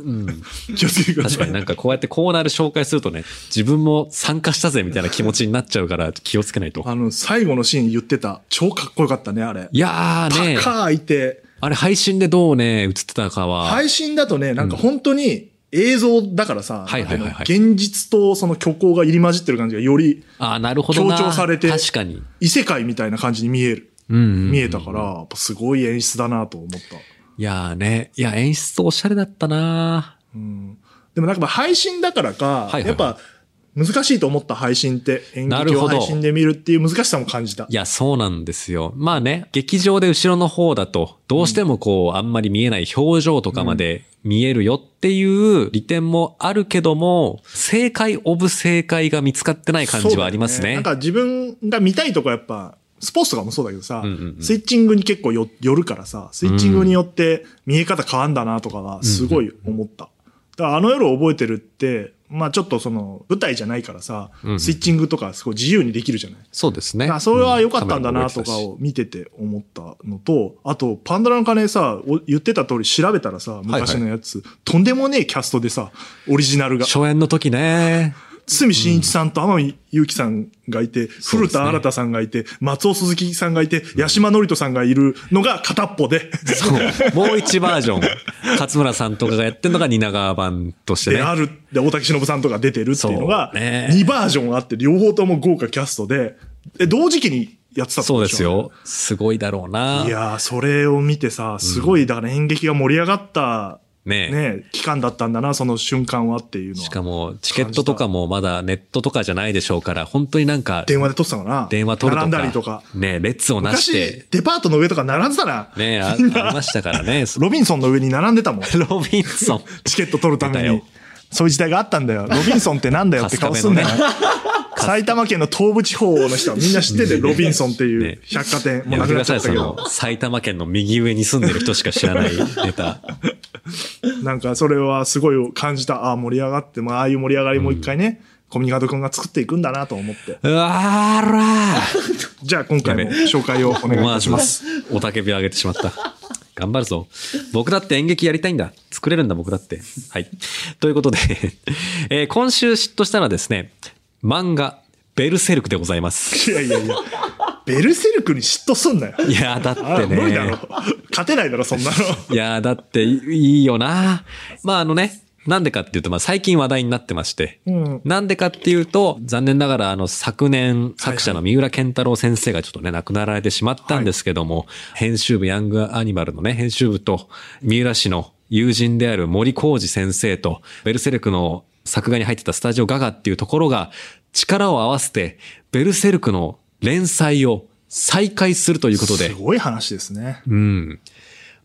[SPEAKER 1] 気をつけてくだ
[SPEAKER 2] 確
[SPEAKER 1] さ
[SPEAKER 2] か
[SPEAKER 1] い。
[SPEAKER 2] になんかこうやってコーナーで紹介するとね、自分も参加したぜみたいな気持ちになっちゃうから気をつけないと。
[SPEAKER 1] あの、最後のシーン言ってた。超かっこよかったね、あれ。
[SPEAKER 2] いやーね、
[SPEAKER 1] 高いて。
[SPEAKER 2] あれ配信でどうね、映ってたかは。
[SPEAKER 1] 配信だとね、なんか本当に映像だからさ、
[SPEAKER 2] はいはいはいはい
[SPEAKER 1] 現実とその虚構が入り混じってる感じがより
[SPEAKER 2] ああ、なるほどな。
[SPEAKER 1] 強調されて
[SPEAKER 2] 確かに。
[SPEAKER 1] 異世界みたいな感じに見える。
[SPEAKER 2] うん、うん。
[SPEAKER 1] 見えたから、やっぱすごい演出だなと思った。
[SPEAKER 2] いやーね。いや、演出おしゃれだったな
[SPEAKER 1] うんでもなんかまあ配信だからか、
[SPEAKER 2] はいはいはい
[SPEAKER 1] やっぱ難しいと思った配信って、演
[SPEAKER 2] な
[SPEAKER 1] 劇
[SPEAKER 2] るほ
[SPEAKER 1] を
[SPEAKER 2] ど
[SPEAKER 1] 配信で見るっていう難しさも感じた
[SPEAKER 2] い。や、そうなんですよ。まあね、劇場で後ろの方だと、どうしてもこう、あんまり見えない表情とかまで見えるよっていう利点もあるけども、正解オブ正解が見つかってない感じはありま
[SPEAKER 1] そ
[SPEAKER 2] すね。
[SPEAKER 1] うだよなんか自分が見たいとこやっぱ、スポーツとかもそうだけどさ、
[SPEAKER 2] うんうんうん
[SPEAKER 1] スイッチングに結構よ寄るからさ、スイッチングによって見え方変わんだなとかはすごい思った。だからあの夜を覚えてるって、まあちょっとその舞台じゃないからさ、
[SPEAKER 2] うんうん
[SPEAKER 1] スイッチングとかすごい自由にできるじゃない。
[SPEAKER 2] そうですね
[SPEAKER 1] あそれは良かったんだなとか
[SPEAKER 2] うん
[SPEAKER 1] を見てて思ったのと、あと、パンドラの鐘さ、お言ってた通り調べたらさ、昔のやつ、とんでもねえキャストでさ、オリジナルが。
[SPEAKER 2] 初演の時ね。
[SPEAKER 1] 堤真一さんと天海祐希さんがいて、
[SPEAKER 2] そうで
[SPEAKER 1] 古
[SPEAKER 2] す
[SPEAKER 1] 田
[SPEAKER 2] ね
[SPEAKER 1] 新太さんがいて、松尾鈴木さんがいて、八島智人さんがいるのが片っぽで、
[SPEAKER 2] そう。もう一バージョ ン。勝村さんとかがやってんのが蜷川版としてね。
[SPEAKER 1] である、で、大竹しのぶさんとか出てるっていうのが、
[SPEAKER 2] そうね
[SPEAKER 1] 2バージョンあって、両方とも豪華キャストで、え同時期にやってたって
[SPEAKER 2] そ
[SPEAKER 1] こ
[SPEAKER 2] う
[SPEAKER 1] と
[SPEAKER 2] です
[SPEAKER 1] しょ
[SPEAKER 2] よ。すごいだろうな。
[SPEAKER 1] いやー、それを見てさ、すごい、だから演劇が盛り上がった、ね
[SPEAKER 2] ねえ
[SPEAKER 1] 期間だったんだな、その瞬間はっていうのは。
[SPEAKER 2] しかも、チケットとかもまだネットとかじゃないでしょうから、本当になんか、
[SPEAKER 1] 電話で撮ってたのかな
[SPEAKER 2] 電話取るとか、
[SPEAKER 1] 並んだりとか。
[SPEAKER 2] ね、列をなして
[SPEAKER 1] 昔、、デパートの上とか並んでたな。
[SPEAKER 2] ね、あありましたからね。
[SPEAKER 1] ロビンソンの上に並んでたもん。
[SPEAKER 2] ロビンソン、
[SPEAKER 1] チケット取るため
[SPEAKER 2] 出たよ
[SPEAKER 1] に。そういう時代があったんだよ。ロビンソンってなんだよっ て顔すんだよ。埼玉県の東部地方の人はみんな知ってて、ロビンソンってい
[SPEAKER 2] ね
[SPEAKER 1] う百貨店。もう
[SPEAKER 2] や
[SPEAKER 1] な
[SPEAKER 2] め
[SPEAKER 1] く
[SPEAKER 2] て
[SPEAKER 1] な
[SPEAKER 2] く
[SPEAKER 1] っ
[SPEAKER 2] だ
[SPEAKER 1] ちゃ
[SPEAKER 2] さい、
[SPEAKER 1] った
[SPEAKER 2] そ
[SPEAKER 1] けど。
[SPEAKER 2] の、埼玉県の右上に住んでる人しか知ら ないネタ。
[SPEAKER 1] なんかそれはすごい感じた。ああ、盛り上がって、まあああいう盛り上がりもう一回ね、コミニカート君が作っていくんだなと思って。
[SPEAKER 2] うわーら
[SPEAKER 1] じゃあ今回も紹介をお願いい
[SPEAKER 2] 思わ
[SPEAKER 1] たし
[SPEAKER 2] ず
[SPEAKER 1] ます。、
[SPEAKER 2] おたけびを上げてしまった。頑張るぞ。僕だって演劇やりたいんだ。作れるんだ、僕だって。はい。ということで、 えー今週嫉妬したのはですね、漫画、ベルセルクでございます。
[SPEAKER 1] いやいやいや。ベルセルクに嫉妬すんなよ。
[SPEAKER 2] いやー、だっ
[SPEAKER 1] あ
[SPEAKER 2] てね。
[SPEAKER 1] 無理だろ。勝てないだろ、そんな の。
[SPEAKER 2] いやーだっていいいよな。まああのね、なんでかっていうと、まあ最近話題になってまして。
[SPEAKER 1] うん
[SPEAKER 2] なんでかっていうと、残念ながらあの昨年作者の三浦健太郎先生がちょっとね、亡くなられてしまったんですけども、編集部ヤングアニマルのね、編集部と三浦氏の友人である森浩二先生と、ベルセルクの作画に入ってたスタジオガガっていうところが力を合わせて、ベルセルクの連載を再開するということで、
[SPEAKER 1] すごい話ですね。
[SPEAKER 2] うん。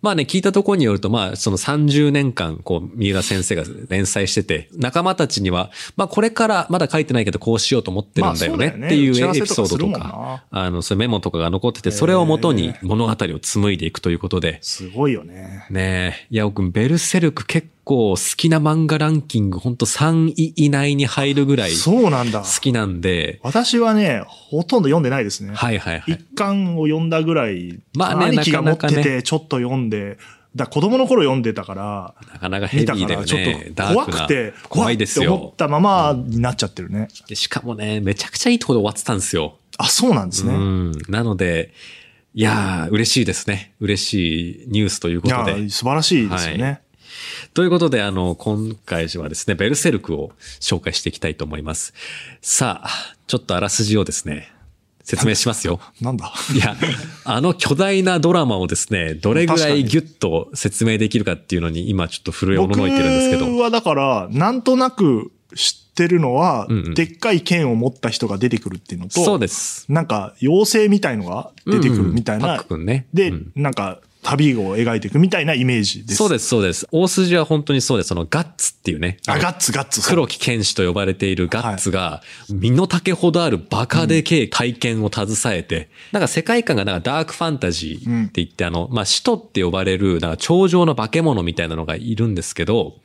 [SPEAKER 2] まあね、聞いたところによると、まあ、その30年間、こう、三浦先生が連載してて、仲間たちには、まあ、これから、まだ書いてないけど、こうしようと思ってるんだよね、
[SPEAKER 1] まあそうだよね
[SPEAKER 2] っていうエ
[SPEAKER 1] 打ち合わせと
[SPEAKER 2] ピ
[SPEAKER 1] か
[SPEAKER 2] ソード
[SPEAKER 1] する
[SPEAKER 2] と
[SPEAKER 1] もん
[SPEAKER 2] か
[SPEAKER 1] な、
[SPEAKER 2] あの、そういうメモとかが残ってて、それを元に物語を紡いでいくということで、
[SPEAKER 1] すごいよね。
[SPEAKER 2] ねえ、いや、僕、ベルセルク結構好きな漫画ランキング、ほんと3位以内に入るぐらい好
[SPEAKER 1] そうなんだ。
[SPEAKER 2] きなんで、
[SPEAKER 1] 私はね、ほとんど読んでないですね。
[SPEAKER 2] はいはいはい
[SPEAKER 1] 一。巻を読んだぐらい、
[SPEAKER 2] まあね
[SPEAKER 1] 兄貴が持って
[SPEAKER 2] なかなか
[SPEAKER 1] て、ちょっと読んで、だ子供の頃読んでたから、
[SPEAKER 2] なかなかヘビ
[SPEAKER 1] 見た
[SPEAKER 2] ー
[SPEAKER 1] か
[SPEAKER 2] だよ
[SPEAKER 1] ら、ちょ
[SPEAKER 2] ね
[SPEAKER 1] っ。と
[SPEAKER 2] ダー
[SPEAKER 1] 怖
[SPEAKER 2] クな
[SPEAKER 1] くて、
[SPEAKER 2] 怖いです
[SPEAKER 1] わって思
[SPEAKER 2] よ
[SPEAKER 1] っ。たままになっちゃってるね。
[SPEAKER 2] でしかもね、めちゃくちゃいいところで終わってたんですよ。
[SPEAKER 1] あ、そうなんです
[SPEAKER 2] う
[SPEAKER 1] ね。
[SPEAKER 2] ん。なので、いやー、嬉しいですね。嬉しいニュースという
[SPEAKER 1] い
[SPEAKER 2] こと
[SPEAKER 1] や
[SPEAKER 2] で、。
[SPEAKER 1] 素晴らしいですよ
[SPEAKER 2] は
[SPEAKER 1] ね。
[SPEAKER 2] ということで、あの、今回はですね、ベルセルクを紹介していきたいと思います。さあ、ちょっとあらすじをですね、説明しますよ。
[SPEAKER 1] なんだ
[SPEAKER 2] いや、あの巨大なドラマをですね、どれぐらいギュッと説明できるかっていうのに、今ちょっと震えおの
[SPEAKER 1] 僕
[SPEAKER 2] のいてるんですけど。
[SPEAKER 1] はだから、なんとなく知ってるのは、
[SPEAKER 2] んうん
[SPEAKER 1] でっかい剣を持った人が出てくるっていうのと、
[SPEAKER 2] そうです。
[SPEAKER 1] なんか、妖精みたいのが出てくるみたいな。
[SPEAKER 2] うんうんパックンね。
[SPEAKER 1] で、
[SPEAKER 2] うん
[SPEAKER 1] なんか、旅を描いていくみたいなイメージです。
[SPEAKER 2] そうです、そうです。大筋は本当にそうです。そのガッツっていうね。
[SPEAKER 1] あ、ガッツ、ガッツ。そう
[SPEAKER 2] 黒木剣士と呼ばれているガッツが、身の丈ほどあるバカでけえ体験を携えて、なんか世界観がなんかダークファンタジーって言って、あの、まあ、使徒って呼ばれる、なんか頂上の化け物みたいなのがいるんですけど、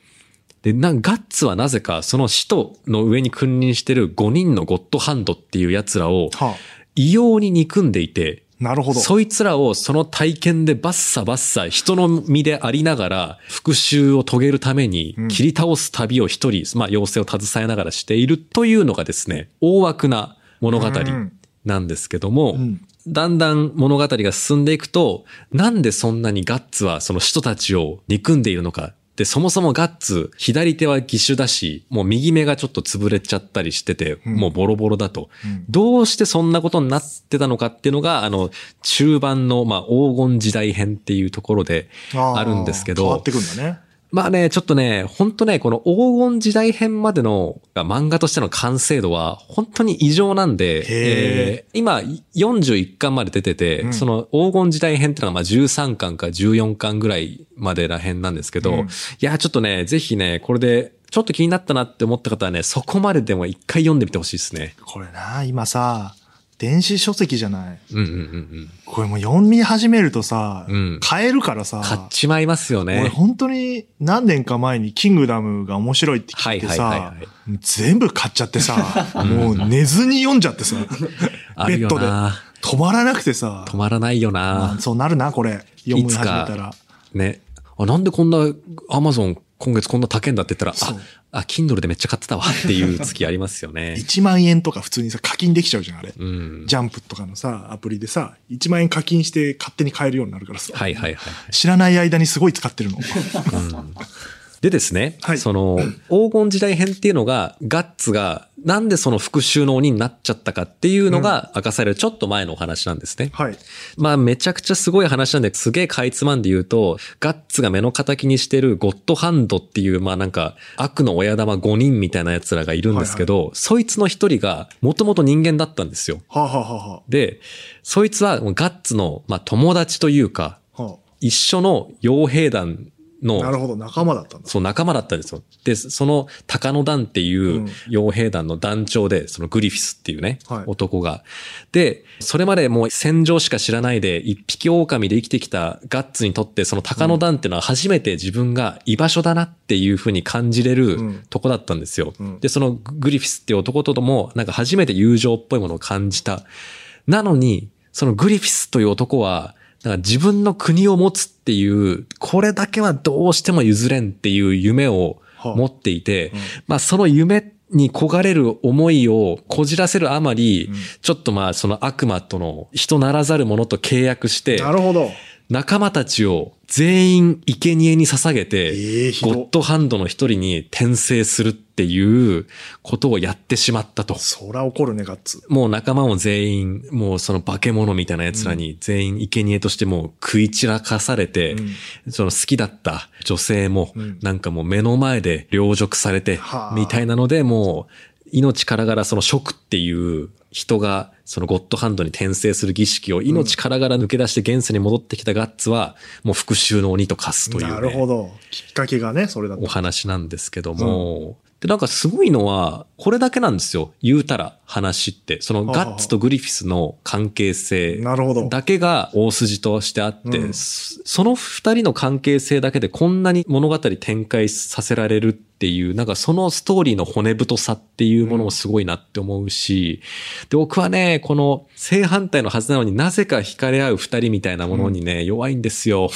[SPEAKER 2] で、なんかガッツはなぜか、その使徒の上に君臨してる5人のゴッドハンドっていう奴らを、
[SPEAKER 1] は
[SPEAKER 2] 異様に憎んでいて、
[SPEAKER 1] あ、なるほど。
[SPEAKER 2] そいつらをその体験でバッサバッサ人の身でありながら復讐を遂げるために
[SPEAKER 1] うん
[SPEAKER 2] 切り倒す旅を一人、まあ妖精を携えながらしているというのがですね、大枠な物語
[SPEAKER 1] うん
[SPEAKER 2] なんですけども、
[SPEAKER 1] うん
[SPEAKER 2] だんだん物語が進んでいくと、なんでそんなにガッツはその人たちを憎んでいるのか。で、そもそもガッツ、左手は義手だし、もう右目がちょっと潰れちゃったりしてて、
[SPEAKER 1] うん
[SPEAKER 2] もうボロボロだと。
[SPEAKER 1] うん
[SPEAKER 2] どうしてそんなことになってたのかっていうのが、あの、中盤の、まあ、黄金時代編っていうところで、
[SPEAKER 1] あー
[SPEAKER 2] あるんですけど
[SPEAKER 1] 変わってくんだね。
[SPEAKER 2] まあね、ちょっとね、ほんとね、この黄金時代編までのが漫画としての完成度は本当に異常なんで、
[SPEAKER 1] へ
[SPEAKER 2] えー今41巻まで出てて、
[SPEAKER 1] うん
[SPEAKER 2] その黄金時代編ってのはまあ13巻か14巻ぐらいまでらへんなんですけど、
[SPEAKER 1] うん
[SPEAKER 2] いや、ちょっとね、ぜひね、これで、ちょっと気になったなって思った方はね、そこまででも一回読んでみてほしいですね。
[SPEAKER 1] これな、今さ、電子書籍じゃない。
[SPEAKER 2] うんうんうんうん。
[SPEAKER 1] これもう読み始めるとさ、
[SPEAKER 2] うん
[SPEAKER 1] 買えるからさ、
[SPEAKER 2] 買っちまいますよ
[SPEAKER 1] 俺
[SPEAKER 2] ね。
[SPEAKER 1] 本当に何年か前にキングダムが面白いって聞いてさ、
[SPEAKER 2] はいはいはいはい
[SPEAKER 1] 全部買っちゃって さ、もう寝ずに読んじゃってさ、
[SPEAKER 2] あるよ
[SPEAKER 1] ベッド
[SPEAKER 2] な。
[SPEAKER 1] 止まらなくてさ、
[SPEAKER 2] 止まらないよ
[SPEAKER 1] ま
[SPEAKER 2] な
[SPEAKER 1] あ。そうなるな、これ。読
[SPEAKER 2] い
[SPEAKER 1] む
[SPEAKER 2] つ
[SPEAKER 1] 始め
[SPEAKER 2] か
[SPEAKER 1] たら。
[SPEAKER 2] ね。あ、なんでこんな、アマゾン今月こんな高いんだって言ったら、
[SPEAKER 1] そう
[SPEAKER 2] あ、あ、キンドルでめっちゃ買ってたわっていう月ありますよ ね。
[SPEAKER 1] 1万円とか普通にさ、課金できちゃうじゃん、あれ。
[SPEAKER 2] うん。
[SPEAKER 1] ジャンプとかのさ、アプリでさ、1万円課金して勝手に買えるようになるからさ。
[SPEAKER 2] はいはいはい。
[SPEAKER 1] 知らない間にすごい使ってるの。
[SPEAKER 2] でですね、
[SPEAKER 1] はい
[SPEAKER 2] その、黄金時代編っていうのが、ガッツが、なんでその復讐の鬼になっちゃったかっていうのが明かされるちょっと前のお話なんですね。
[SPEAKER 1] はい。
[SPEAKER 2] まあめちゃくちゃすごい話なんで、すげえかいつまんで言うと、ガッツが目の敵にしてるゴッドハンドっていう、まあなんか悪の親玉5人みたいな奴らがいるんですけど、そいつの一人がもともと人間だったんですよ。
[SPEAKER 1] はあ、はあはあは
[SPEAKER 2] で、そいつはもうガッツの、まあ友達というか、
[SPEAKER 1] あ、は
[SPEAKER 2] 一緒の傭兵団
[SPEAKER 1] あ、なる
[SPEAKER 2] の、
[SPEAKER 1] ほど、仲間だったんだ。
[SPEAKER 2] そう仲間だったんですよ。で、その鷹野団っていう
[SPEAKER 1] うん
[SPEAKER 2] 傭兵団の団長で、そのグリフィスっていうね、
[SPEAKER 1] はい
[SPEAKER 2] 男が。で、それまでもう戦場しか知らないで、一匹狼で生きてきたガッツにとって、その鷹野団っていうのは初めて自分が居場所だなっていうふうに感じれる
[SPEAKER 1] うん
[SPEAKER 2] とこだったんですよ。
[SPEAKER 1] うん
[SPEAKER 2] で、そのグリフィスっていう男とも、なんか初めて友情っぽいものを感じた。なのに、そのグリフィスという男は、なんか自分の国を持つっていう、これだけはどうしても譲れんっていう夢を
[SPEAKER 1] はあ
[SPEAKER 2] 持っていて、
[SPEAKER 1] うん
[SPEAKER 2] まあその夢に焦がれる思いをこじらせるあまり、
[SPEAKER 1] うん
[SPEAKER 2] ちょっとまあその悪魔との人ならざる者と契約して、
[SPEAKER 1] なるほど。
[SPEAKER 2] 仲間たちを全員生贄に捧げて、
[SPEAKER 1] ええひ
[SPEAKER 2] ゴ
[SPEAKER 1] ど
[SPEAKER 2] ッドハンドの一人に転生するっていうことをやってしまったと。
[SPEAKER 1] そら怒るね、ガッツ。
[SPEAKER 2] もう仲間も全員、もうその化け物みたいな奴らに全員生贄としてもう食い散らかされて、その好きだった女性も
[SPEAKER 1] うん、
[SPEAKER 2] なんかもう目の前で凌辱されて
[SPEAKER 1] は、あ
[SPEAKER 2] みたいなので、もう命からがらその食っていう人が、そのゴッドハンドに転生する儀式を命からがら抜け出して現世に戻ってきたガッツは、もう復讐の鬼と化すという、ね。
[SPEAKER 1] なるほど。きっかけがね、それだっ
[SPEAKER 2] お
[SPEAKER 1] た。
[SPEAKER 2] 話なんですけども、で、なんかすごいのは、これだけなんですよ。言うたら話って。その
[SPEAKER 1] はあはあ
[SPEAKER 2] ガッツとグリフィスの関係性
[SPEAKER 1] なるほど。
[SPEAKER 2] だけが大筋としてあって、
[SPEAKER 1] うん
[SPEAKER 2] そその二人の関係性だけでこんなに物語展開させられるっていう、なんかそのストーリーの骨太さっていうものもすごいなって思うし、で、僕はね、この正反対のはずなのになぜか惹かれ合う二人みたいなものにね、弱いんですよ。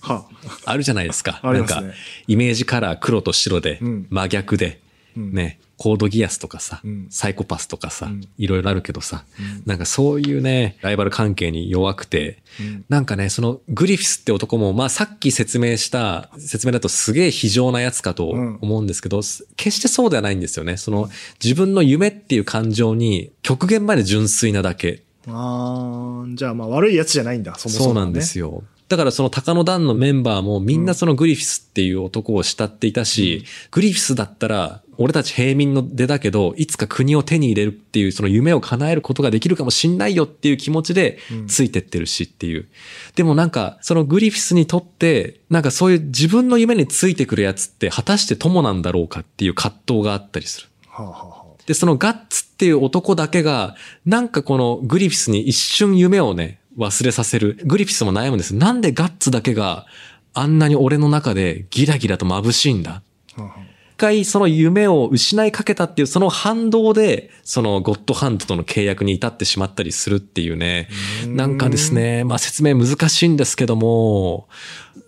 [SPEAKER 1] は
[SPEAKER 2] あるじゃないですか。
[SPEAKER 1] あり
[SPEAKER 2] なん
[SPEAKER 1] ますね
[SPEAKER 2] か、イメージカラー黒と白で、
[SPEAKER 1] うん
[SPEAKER 2] 真逆で、
[SPEAKER 1] うん
[SPEAKER 2] ね、コードギアスとかさ、
[SPEAKER 1] うん
[SPEAKER 2] サイコパスとかさ、
[SPEAKER 1] うん
[SPEAKER 2] いろいろあるけどさ、
[SPEAKER 1] うん
[SPEAKER 2] なんかそういうね、ライバル関係に弱くて、
[SPEAKER 1] うん
[SPEAKER 2] なんかね、そのグリフィスって男も、まあさっき説明した、説明だとすげえ非常なやつかと
[SPEAKER 1] うん
[SPEAKER 2] 思うんですけど、す決してそうではないんですよね。その自分の夢っていう感情に極限まで純粋なだけ
[SPEAKER 1] あーじゃあまあ悪いやつじゃないんだ、そもそも、
[SPEAKER 2] そうなんですよ。だからその鷹の団のメンバーもみんなそのグリフィスっていう男を慕っていたし、グリフィスだったら俺たち平民の出だけど、いつか国を手に入れるっていう、その夢を叶えることができるかもしんないよっていう気持ちで
[SPEAKER 1] うん、
[SPEAKER 2] ついてってるしっていう。でもなんか、そのグリフィスにとって、なんかそういう自分の夢についてくるやつって、果たして友なんだろうかっていう葛藤があったりする。
[SPEAKER 1] はあ、はあは
[SPEAKER 2] で、そのガッツっていう男だけが、なんかこのグリフィスに一瞬夢をね、忘れさせる。グリフィスも悩むんです。なんでガッツだけがあんなに俺の中でギラギラと眩しいんだ
[SPEAKER 1] あ、はあはあ
[SPEAKER 2] 一回その夢を失いかけたっていうその反動で、そのゴッドハンドとの契約に至ってしまったりするっていうね。なんかです。ね、まあ説明難しいんですけども、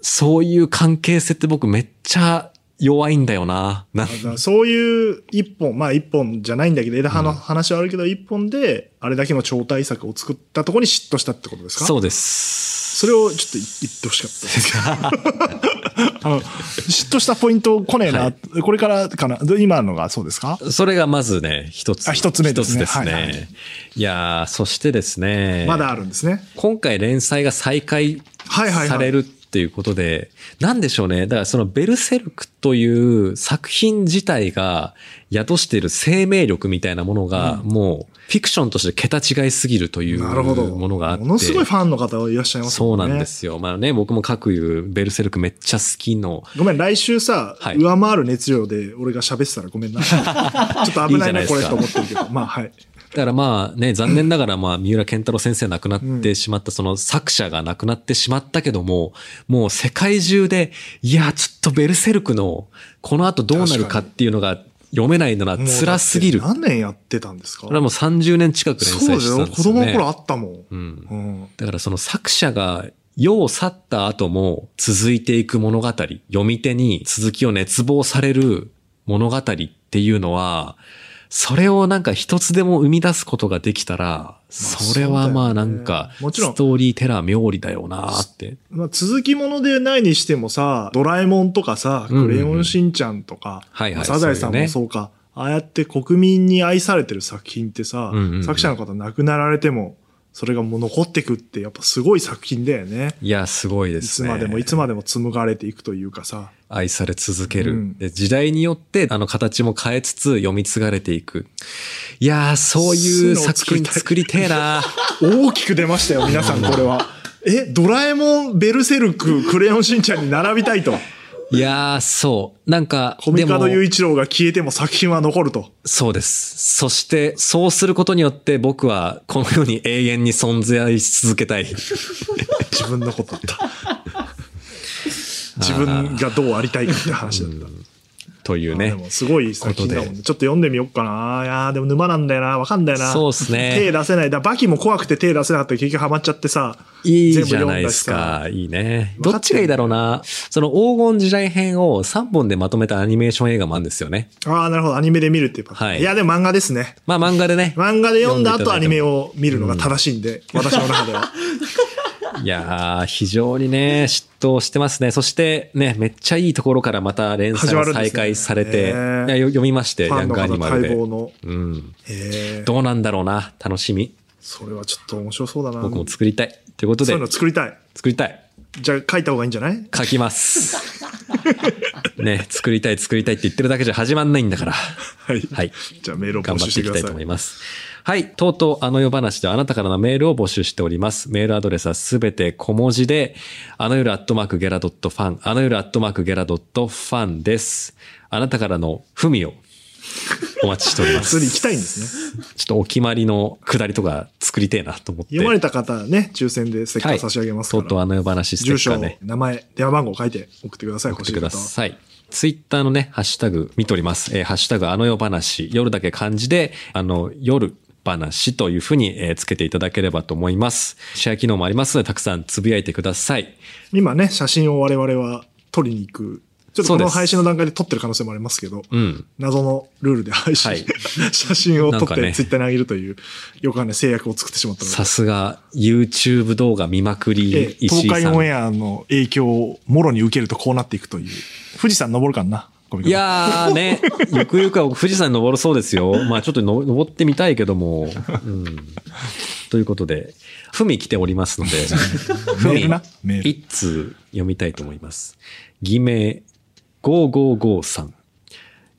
[SPEAKER 2] そういう関係性って僕めっちゃ弱いんだよな。なん
[SPEAKER 1] だからそういう一本、まあ一本じゃないんだけど、枝葉の話はあるけど、一本で、あれだけの超大作を作ったところに嫉妬したってことですか。
[SPEAKER 2] そううです。
[SPEAKER 1] それをちょっと言ってほしかったですけど。あの、嫉妬したポイント来ねえな。
[SPEAKER 2] は
[SPEAKER 1] これからかな。で今のがそうですか、
[SPEAKER 2] それがまずね、一つ。
[SPEAKER 1] あ一つ目ですね
[SPEAKER 2] 一つですね。
[SPEAKER 1] はい
[SPEAKER 2] い
[SPEAKER 1] はい
[SPEAKER 2] やーそしてですね。
[SPEAKER 1] まだあるんですね。
[SPEAKER 2] 今回連載が再開
[SPEAKER 1] はいはいはい
[SPEAKER 2] されるっていうことで、なんでしょうね。だからそのベルセルクという作品自体が宿している生命力みたいなものが、もうフィクションとして桁違いすぎるという
[SPEAKER 1] なるほど。
[SPEAKER 2] ものがあって。
[SPEAKER 1] ものすごいファンの方いらっしゃいます
[SPEAKER 2] そ
[SPEAKER 1] も
[SPEAKER 2] うん
[SPEAKER 1] ね。
[SPEAKER 2] なんで。すよ。まあね、僕も各言うベルセルクめっちゃ好きの。
[SPEAKER 1] ごめん、来週さ、
[SPEAKER 2] はい
[SPEAKER 1] 上回る熱量で俺が喋ってたらごめん な。ちょっと危ないな、
[SPEAKER 2] いいじ
[SPEAKER 1] こ
[SPEAKER 2] ゃな
[SPEAKER 1] れ
[SPEAKER 2] いですか
[SPEAKER 1] と思ってるけど。まあ、はい。
[SPEAKER 2] だからまあね、残念ながらまあ、三浦健太郎先生亡くなってしまった、その作者が亡くなってしまったけども、もう世界中で、いや、ちょっとベルセルクの、この後どうなるかっていうのが読めないのは
[SPEAKER 1] もう
[SPEAKER 2] 辛すぎる。
[SPEAKER 1] だって何年やってたんですか
[SPEAKER 2] これはもう30年近く連
[SPEAKER 1] そう
[SPEAKER 2] 載
[SPEAKER 1] だ
[SPEAKER 2] してた
[SPEAKER 1] よ。
[SPEAKER 2] んで
[SPEAKER 1] 子
[SPEAKER 2] すよね。
[SPEAKER 1] 供の頃あったもん。
[SPEAKER 2] うん。
[SPEAKER 1] うん。
[SPEAKER 2] だからその作者が、世を去った後も続いていく物語、読み手に続きを熱望される物語っていうのは、それをなんか一つでも生み出すことができたら、それはまあなんか、
[SPEAKER 1] そうだよねもちろん
[SPEAKER 2] ストーリーテラー冥利だよなーって。
[SPEAKER 1] まあ、続きものでないにしてもさ、ドラえもんとかさ、
[SPEAKER 2] うんうんうん
[SPEAKER 1] クレヨンしんちゃんとか、
[SPEAKER 2] はいはい
[SPEAKER 1] サザエさんもそうか、ああやって国民に愛されてる作品ってさ、
[SPEAKER 2] うんうんうん
[SPEAKER 1] 作者の方亡くなられても、それがもう残ってくって、やっぱすごい作品だよね。
[SPEAKER 2] いや、すごいで
[SPEAKER 1] い
[SPEAKER 2] す
[SPEAKER 1] つ
[SPEAKER 2] ね。
[SPEAKER 1] までもいつまでも紡がれていくというかさ。
[SPEAKER 2] 愛され続ける、
[SPEAKER 1] うん
[SPEAKER 2] で。時代によって、あの、形も変えつつ読み継がれていく。いやー、そういう作品作りてえなー。
[SPEAKER 1] 大きく出ましたよ、皆さん、これ は。え、ドラえもん、ベルセルク、クレヨンしんちゃんに並びたいと。
[SPEAKER 2] いやー、そう。なんか、
[SPEAKER 1] コミカド
[SPEAKER 2] でも
[SPEAKER 1] 雄一郎が消えても作品は残ると。
[SPEAKER 2] そうです。そして、そうすることによって僕はこの世に永遠に存在し続け たい。
[SPEAKER 1] 自分のことだ った。自分がどうありたいかって話だった。
[SPEAKER 2] という
[SPEAKER 1] で
[SPEAKER 2] ね。
[SPEAKER 1] もすごい作品だもんね。ちょっと読んでみよっかな。いやーでも沼なんだよな。わかんだよな。
[SPEAKER 2] そうっすね
[SPEAKER 1] 手出せない。だからバキも怖くて手出せなかったけど結局ハマっちゃってさ。
[SPEAKER 2] いい
[SPEAKER 1] 全部
[SPEAKER 2] じゃ
[SPEAKER 1] 読ん
[SPEAKER 2] な
[SPEAKER 1] だし
[SPEAKER 2] いですか。いいね。
[SPEAKER 1] 分
[SPEAKER 2] ど
[SPEAKER 1] か
[SPEAKER 2] っ
[SPEAKER 1] って
[SPEAKER 2] ち
[SPEAKER 1] る
[SPEAKER 2] がいいだろうな。その黄金時代編を3本でまとめたアニメーション映画もあるんですよね。
[SPEAKER 1] ああ、なるほど。アニメで見るっていうパターン。、
[SPEAKER 2] はいい
[SPEAKER 1] や、でも漫画ですね。
[SPEAKER 2] まあ漫画でね。
[SPEAKER 1] 漫画で読んだ
[SPEAKER 2] 読んでいただいて
[SPEAKER 1] 後
[SPEAKER 2] も
[SPEAKER 1] アニメを見るのが正しいんで、私の中では。
[SPEAKER 2] いやー、非常にね、嫉妬してますね。そしてね、めっちゃいいところからまた連載
[SPEAKER 1] 始ま
[SPEAKER 2] が
[SPEAKER 1] るんですね
[SPEAKER 2] 再開されて、
[SPEAKER 1] へー
[SPEAKER 2] いやよ読みまして、
[SPEAKER 1] フ
[SPEAKER 2] ヤ
[SPEAKER 1] ァン
[SPEAKER 2] ン
[SPEAKER 1] の
[SPEAKER 2] グア
[SPEAKER 1] 方
[SPEAKER 2] ニマル
[SPEAKER 1] 待
[SPEAKER 2] で
[SPEAKER 1] 望。の。
[SPEAKER 2] うん。
[SPEAKER 1] へえ。
[SPEAKER 2] どうなんだろうな。楽しみ。
[SPEAKER 1] それはちょっと面白そうだな。
[SPEAKER 2] 僕も作りたい。ということ
[SPEAKER 1] そういう、
[SPEAKER 2] で
[SPEAKER 1] の作りたい。
[SPEAKER 2] 作りたい。
[SPEAKER 1] じゃあ書いた方がいいんじゃない
[SPEAKER 2] 書きます。 ね、作りたい作りたいって言ってるだけじゃ始まんないんだから。
[SPEAKER 1] はい。
[SPEAKER 2] はい。
[SPEAKER 1] じゃあメールを
[SPEAKER 2] 頑
[SPEAKER 1] 募
[SPEAKER 2] 張
[SPEAKER 1] 集
[SPEAKER 2] っ
[SPEAKER 1] しててく
[SPEAKER 2] いきた
[SPEAKER 1] だ
[SPEAKER 2] いと
[SPEAKER 1] さ
[SPEAKER 2] 思
[SPEAKER 1] い
[SPEAKER 2] い。ます。はい。とうとう、あの夜話ではあなたからのメールを募集しております。メールアドレスはすべて小文字で、あの夜アットマークゲラドットファン、あの夜アットマークゲラドットファンです。あなたからの文をお待ちしておりま
[SPEAKER 1] そ
[SPEAKER 2] す。
[SPEAKER 1] れに行きたいんですね。
[SPEAKER 2] ちょっとお決まりのくだりとか作りてえなと思って。
[SPEAKER 1] 読まれた方はね、抽選でステッカー差し上げますか
[SPEAKER 2] と
[SPEAKER 1] ら。
[SPEAKER 2] うとうあの夜話ステ
[SPEAKER 1] 住
[SPEAKER 2] ッカ
[SPEAKER 1] 所、
[SPEAKER 2] ーね。
[SPEAKER 1] 名前、電話番号書いて送ってください。
[SPEAKER 2] 送
[SPEAKER 1] 欲
[SPEAKER 2] っ
[SPEAKER 1] してい
[SPEAKER 2] く
[SPEAKER 1] 方
[SPEAKER 2] だ
[SPEAKER 1] は。
[SPEAKER 2] さい。ツイッターのね、ハッシュタグ見ております。えーハッシュタグあの夜話、夜だけ漢字で、あの、夜話というふうに、えーつけていただければと思います。シェア機能もありますので、たくさんつぶやいてください。
[SPEAKER 1] 今ね、写真を我々は撮りに行く。ちょっと
[SPEAKER 2] そう
[SPEAKER 1] こ
[SPEAKER 2] で
[SPEAKER 1] の
[SPEAKER 2] す
[SPEAKER 1] 配信の段階で撮ってる可能性もありますけど、
[SPEAKER 2] うん。
[SPEAKER 1] 謎のルールで配信、
[SPEAKER 2] はい
[SPEAKER 1] 写真を撮っ
[SPEAKER 2] なんか
[SPEAKER 1] て
[SPEAKER 2] ね
[SPEAKER 1] ツイッターに上げるという、よくあるね、制約を作ってしまったので
[SPEAKER 2] さすが、YouTube 動画見まくり
[SPEAKER 1] え、え
[SPEAKER 2] 石
[SPEAKER 1] 東海
[SPEAKER 2] 井さ
[SPEAKER 1] オン
[SPEAKER 2] ん。
[SPEAKER 1] エアの影響をもろに受けるとこうなっていくという。富士山登るかなゴミか
[SPEAKER 2] い
[SPEAKER 1] な
[SPEAKER 2] や ーね、ゆくゆくは僕富士山に登るそうですよ。まあちょっとの登ってみたいけども。うん。ということで、ふみ来ておりますので。
[SPEAKER 1] メールなメール
[SPEAKER 2] 一通読みたいと思います。偽名、5553。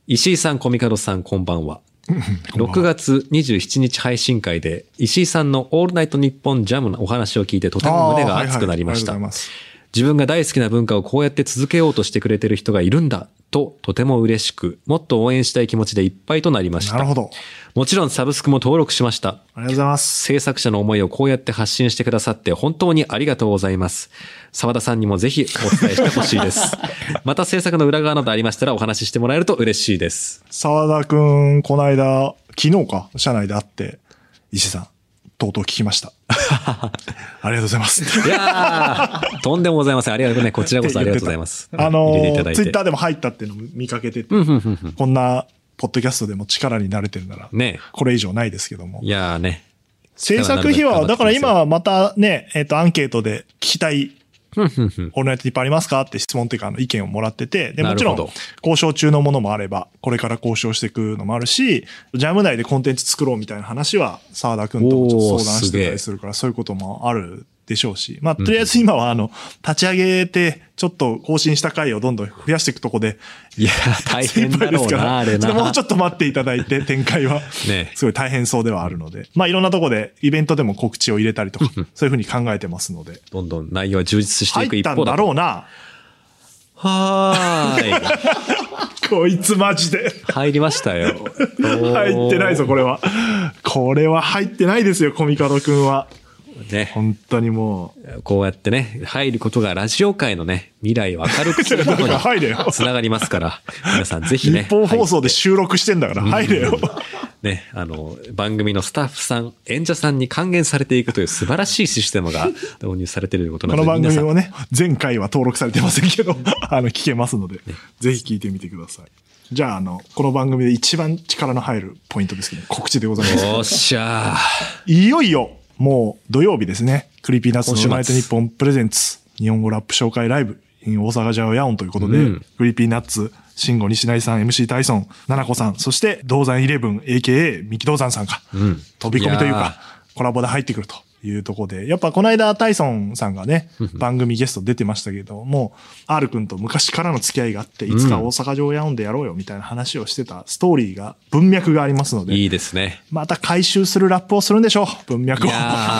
[SPEAKER 2] 石井さん、コミカドさん、こんばん は。6月27日配信会で石井さんの「オールナイトニッポンジャムのお話を聞いてとても胸が熱くなりました、
[SPEAKER 1] あーはいはいありがとうございます
[SPEAKER 2] 自分が大好きな文化をこうやって続けようとしてくれてる人がいるんだととても嬉しくもっと応援したい気持ちでいっぱいとなりまし
[SPEAKER 1] なる
[SPEAKER 2] た
[SPEAKER 1] ほど。
[SPEAKER 2] もちろんサブスクも登録しました
[SPEAKER 1] ありがとうございます。
[SPEAKER 2] 制作者の思いをこうやって発信してくださって本当にありがとうございます。沢田さんにもぜひお伝えしてほしいです。 また制作の裏側などありましたらお話ししてもらえると嬉しいです。
[SPEAKER 1] 沢田くん、この間、昨日か、社内で会って、石井さん、とうとう聞きま した。ありがとうございます。
[SPEAKER 2] いやーとんでもございません。ありがとうね。こちらこそありがとうございます。
[SPEAKER 1] あの
[SPEAKER 2] 入れていただいて
[SPEAKER 1] ツイッターでも入ったっていうのも見かけてて、
[SPEAKER 2] うんうんうんうん
[SPEAKER 1] こんな、ポッドキャストでも力になれてるなら、
[SPEAKER 2] ね
[SPEAKER 1] これ以上ないですけども
[SPEAKER 2] い。やーね。
[SPEAKER 1] 制作費は、だから今またね、えっ、と、アンケートで聞きたい
[SPEAKER 2] うんうんうん
[SPEAKER 1] オールナイトニッポンありますかって質問っていうか、あの意見をもらってて、で、
[SPEAKER 2] な
[SPEAKER 1] もち
[SPEAKER 2] る
[SPEAKER 1] ろ
[SPEAKER 2] ほ
[SPEAKER 1] ん
[SPEAKER 2] ど、
[SPEAKER 1] 交渉中のものもあれば、これから交渉していくのもあるし、ジャム内でコンテンツ作ろうみたいな話は、沢田くんともちょっと相談してたりするから、そういうこともあるでしょうし、まあ、とりあえず今は、あの、立ち上げて、ちょっと更新した回をどんどん増やしていくとこで、
[SPEAKER 2] いやー大変だろうな、あれ
[SPEAKER 1] ちょっとも
[SPEAKER 2] な
[SPEAKER 1] うち。ょっと待っていただいて、展開は。
[SPEAKER 2] ね
[SPEAKER 1] すごい大変そうではあるので。まあいろんなとこで、イベントでも告知を入れたりとか、そういうふうに考えてますので。
[SPEAKER 2] どんどん内容は充実していく
[SPEAKER 1] 入っ
[SPEAKER 2] 一
[SPEAKER 1] た
[SPEAKER 2] 方
[SPEAKER 1] ん
[SPEAKER 2] だ
[SPEAKER 1] だろうな。
[SPEAKER 2] はーい。
[SPEAKER 1] こいつマジで。
[SPEAKER 2] 入りましたよ。
[SPEAKER 1] 入ってないぞ、これは。これは入ってないですよ、コミカドくんは。
[SPEAKER 2] ね。
[SPEAKER 1] 本当にもう。
[SPEAKER 2] こうやってね、入ることがラジオ界のね、未来を明るくするこ
[SPEAKER 1] だ
[SPEAKER 2] と
[SPEAKER 1] か
[SPEAKER 2] に
[SPEAKER 1] ら入れ よ。
[SPEAKER 2] つながりますから、皆さんぜひ
[SPEAKER 1] 日
[SPEAKER 2] ね。
[SPEAKER 1] 本放送で収録してんだから、入れよ。
[SPEAKER 2] ね、あの、番組のスタッフさん、演者さんに還元されていくという素晴らしいシステムが 導入されているということな
[SPEAKER 1] こ
[SPEAKER 2] の
[SPEAKER 1] の
[SPEAKER 2] で、
[SPEAKER 1] 番
[SPEAKER 2] 皆
[SPEAKER 1] 組
[SPEAKER 2] さん
[SPEAKER 1] もね、前回は登録されてませんけど、あの、聞けますので、ぜひ聞いてみてください。じゃあ、あの、この番組で一番力の入るポイントですけど、告知でございます。
[SPEAKER 2] おっしゃ
[SPEAKER 1] いよいよ、もう土曜日ですね。クリーピーナッツの
[SPEAKER 2] 今
[SPEAKER 1] オー
[SPEAKER 2] 週末
[SPEAKER 1] ルナイトニッポンプレゼンツ、日本語ラップ紹介ライブ、in 大阪ジャオヤオンということで、
[SPEAKER 2] うん
[SPEAKER 1] クリーピーナッツ、慎吾西成さん、MC タイソン、奈々子さん、そして、銅山イレブン、AKA、三木銅山さんが、
[SPEAKER 2] ん
[SPEAKER 1] 飛び込みという
[SPEAKER 2] い
[SPEAKER 1] か
[SPEAKER 2] や、
[SPEAKER 1] コラボで入ってくるというところで、やっぱこの間、タイソンさんがね、番組ゲスト出てましたけども、R 君と昔からの付き合いがあって、いつか大阪城ヤオンでやろうよみたいな話をしてたストーリーが、文脈がありますの
[SPEAKER 2] ー
[SPEAKER 1] で、
[SPEAKER 2] いいですね。
[SPEAKER 1] また回収するラップをするんでしょう文脈
[SPEAKER 2] い
[SPEAKER 1] を。
[SPEAKER 2] や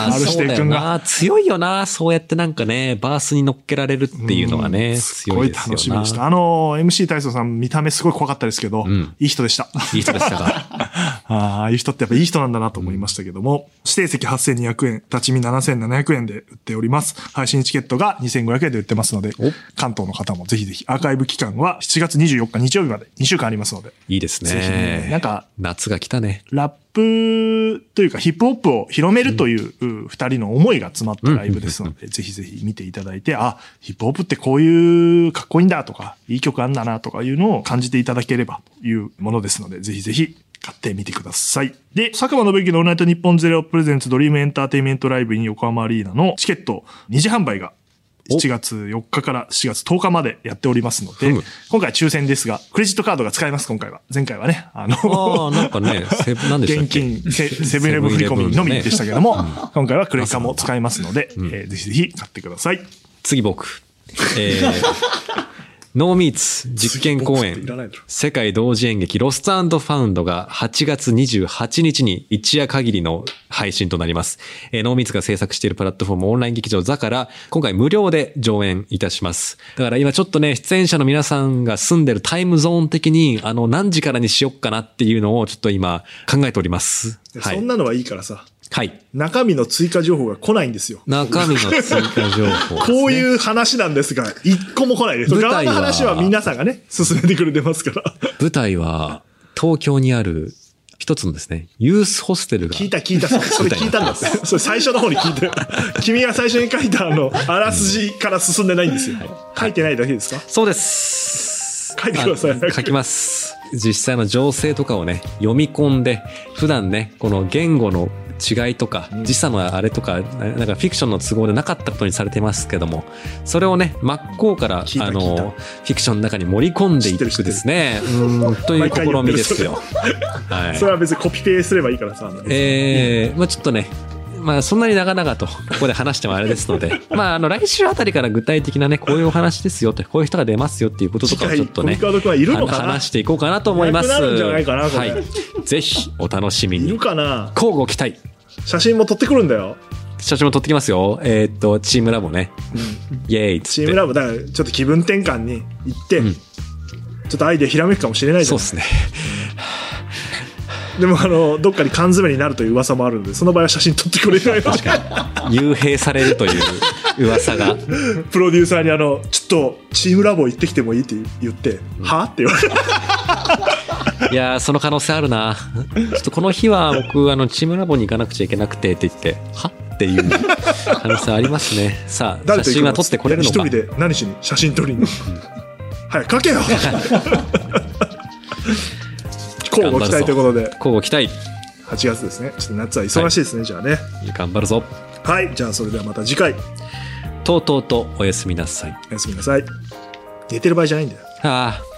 [SPEAKER 2] ー
[SPEAKER 1] R
[SPEAKER 2] そう
[SPEAKER 1] 指定
[SPEAKER 2] だよ
[SPEAKER 1] 君が。
[SPEAKER 2] な。強いよな。そうやってなんかね、バースに乗っけられるっていうのはね、
[SPEAKER 1] す
[SPEAKER 2] 強
[SPEAKER 1] ご
[SPEAKER 2] い
[SPEAKER 1] い
[SPEAKER 2] ですよな。
[SPEAKER 1] 楽しみでした。あのー、MC 体操さん見た目すごい怖かったですけど、
[SPEAKER 2] ん
[SPEAKER 1] いい人でした。
[SPEAKER 2] いい人でしたか。
[SPEAKER 1] ああいう人ってやっぱいい人なんだなと思いましたけども、指定席8200円、立ち見7700円で売っております。配信チケットが2500円で売ってますので
[SPEAKER 2] お、
[SPEAKER 1] 関東の方もぜひぜひ、アーカイブ期間は7月24日日曜日まで2週間ありますので、
[SPEAKER 2] いいで す
[SPEAKER 1] ぜひねな
[SPEAKER 2] ね
[SPEAKER 1] ん。か
[SPEAKER 2] 夏が来たね。
[SPEAKER 1] ラップというかヒップホップを広めるというう二人の思いが詰まったライブですので、ぜひぜひ見ていただいて、あ、ヒップホップってこういうかっこいいんだとか、いい曲あんだなとかいうのを感じていただければというものですので、ぜひぜひ買ってみてください。で、佐久間信之のオールナイト日本ゼロプレゼンツドリームエンターテインメントライブ in 横浜アリーナのチケット二次販売が
[SPEAKER 2] お
[SPEAKER 1] 7月4日から4月10日までやっておりますので、
[SPEAKER 2] うん
[SPEAKER 1] 今回抽選ですが、クレジットカードが使えます、今回は。前回はね、あの、
[SPEAKER 2] ああ、なんかね、セブなんでしたっ
[SPEAKER 1] 現
[SPEAKER 2] け
[SPEAKER 1] 金、セセブンイレブン振り込みのみでしたけども、今回はクレカも使えますので、えーぜひぜひ買ってください。
[SPEAKER 2] 次僕。えー ノーミーツ実験公
[SPEAKER 1] 次僕ってい
[SPEAKER 2] 演
[SPEAKER 1] らないだろ
[SPEAKER 2] 世界同時演劇ロストファウンドが8月28日に一夜限りの配信となります。えーノーミーツが制作しているプラットフォームオンライン劇場ザから今回無料で上演いたします。だから今ちょっとね、出演者の皆さんが住んでるタイムゾーン的にあの何時からにしよっかなっていうのをちょっと今考えております。は
[SPEAKER 1] そん
[SPEAKER 2] い。
[SPEAKER 1] なのはいいからさ、
[SPEAKER 2] はい。
[SPEAKER 1] 中身の追加情報が来ないんですよ。
[SPEAKER 2] 中身の追加情報、
[SPEAKER 1] こう
[SPEAKER 2] う。
[SPEAKER 1] いう話なんですが、一個も来ないです。
[SPEAKER 2] 舞台は
[SPEAKER 1] 側の話は皆さんがね、進めてくれてますから。
[SPEAKER 2] 舞台は、東京にある、一つのですね、ユースホステルが、
[SPEAKER 1] 聞いた聞いた、それ それ聞いたんだって。それ最初の方に聞 いて。君が最初に書いたあの、あらすじから進んでないんですよ。書いてないだけですか
[SPEAKER 2] そうです。
[SPEAKER 1] 書いてください
[SPEAKER 2] あ書きます。実際の情勢とかをね、読み込んで、普段ね、この言語の違いとか、時差のあれとか、ななんかフィクションの都合でなかったことにされてますけども、それをね、真っ向から、
[SPEAKER 1] 聞いた
[SPEAKER 2] あ
[SPEAKER 1] 聞いた
[SPEAKER 2] の、フィクションの中に盛り込んでいくですね、うん、という試みですよ。はい
[SPEAKER 1] それは別にコピペすればいいからさ。あの
[SPEAKER 2] えーまあちょっとね、まあそんなに長々とここで話してもあれです ので、まああの来週あたりから具体的なね、こういうお話ですよって、こういう人が出ますよっていうこととかをちょっとね、
[SPEAKER 1] 次回コミカド君はいるのかな
[SPEAKER 2] あ話していこうかなと思います。
[SPEAKER 1] いなくなるんじゃないかなこ
[SPEAKER 2] は
[SPEAKER 1] れ
[SPEAKER 2] い。ぜひお楽しみ
[SPEAKER 1] いる
[SPEAKER 2] に。
[SPEAKER 1] かな
[SPEAKER 2] 交互期待。
[SPEAKER 1] 写真も撮ってくるんだよ。
[SPEAKER 2] 写真も撮ってきますよ。えーっと、チームラボね。イエーイっつって。
[SPEAKER 1] チームラボ、だからちょっと気分転換に行って、
[SPEAKER 2] ん
[SPEAKER 1] ちょっとアイデアひらめくかもしれないじ
[SPEAKER 2] そ
[SPEAKER 1] ゃ
[SPEAKER 2] うんですね。
[SPEAKER 1] でもあの、どっかに缶詰になるという噂もあるので、その場合は写真撮ってくれない
[SPEAKER 2] 確かに。幽閉されるという噂が。
[SPEAKER 1] プロデューサーにあの、ちょっとチームラボ行ってきてもいいって言って、はって言われた。
[SPEAKER 2] いやー、その可能性あるな。ちょっとこの日は僕、あの、チームラボに行かなくちゃいけなくてって言って、はっていう可能性ありますね。さあ、
[SPEAKER 1] 誰と
[SPEAKER 2] 写
[SPEAKER 1] 行く
[SPEAKER 2] 真は撮ってこれるの
[SPEAKER 1] 一
[SPEAKER 2] か
[SPEAKER 1] 人。で何しに写真撮りに。はい、書 けよ交互期待ということで、
[SPEAKER 2] 交互期待。
[SPEAKER 1] 8月ですね。ちょっと夏は忙しいですね、じゃあね。
[SPEAKER 2] 頑張るぞ。
[SPEAKER 1] はい、じゃあそれではまた次回、
[SPEAKER 2] とうとうとおやすみなさい。
[SPEAKER 1] おやすみなさい。寝てる場合じゃないんだよ。
[SPEAKER 2] ああ。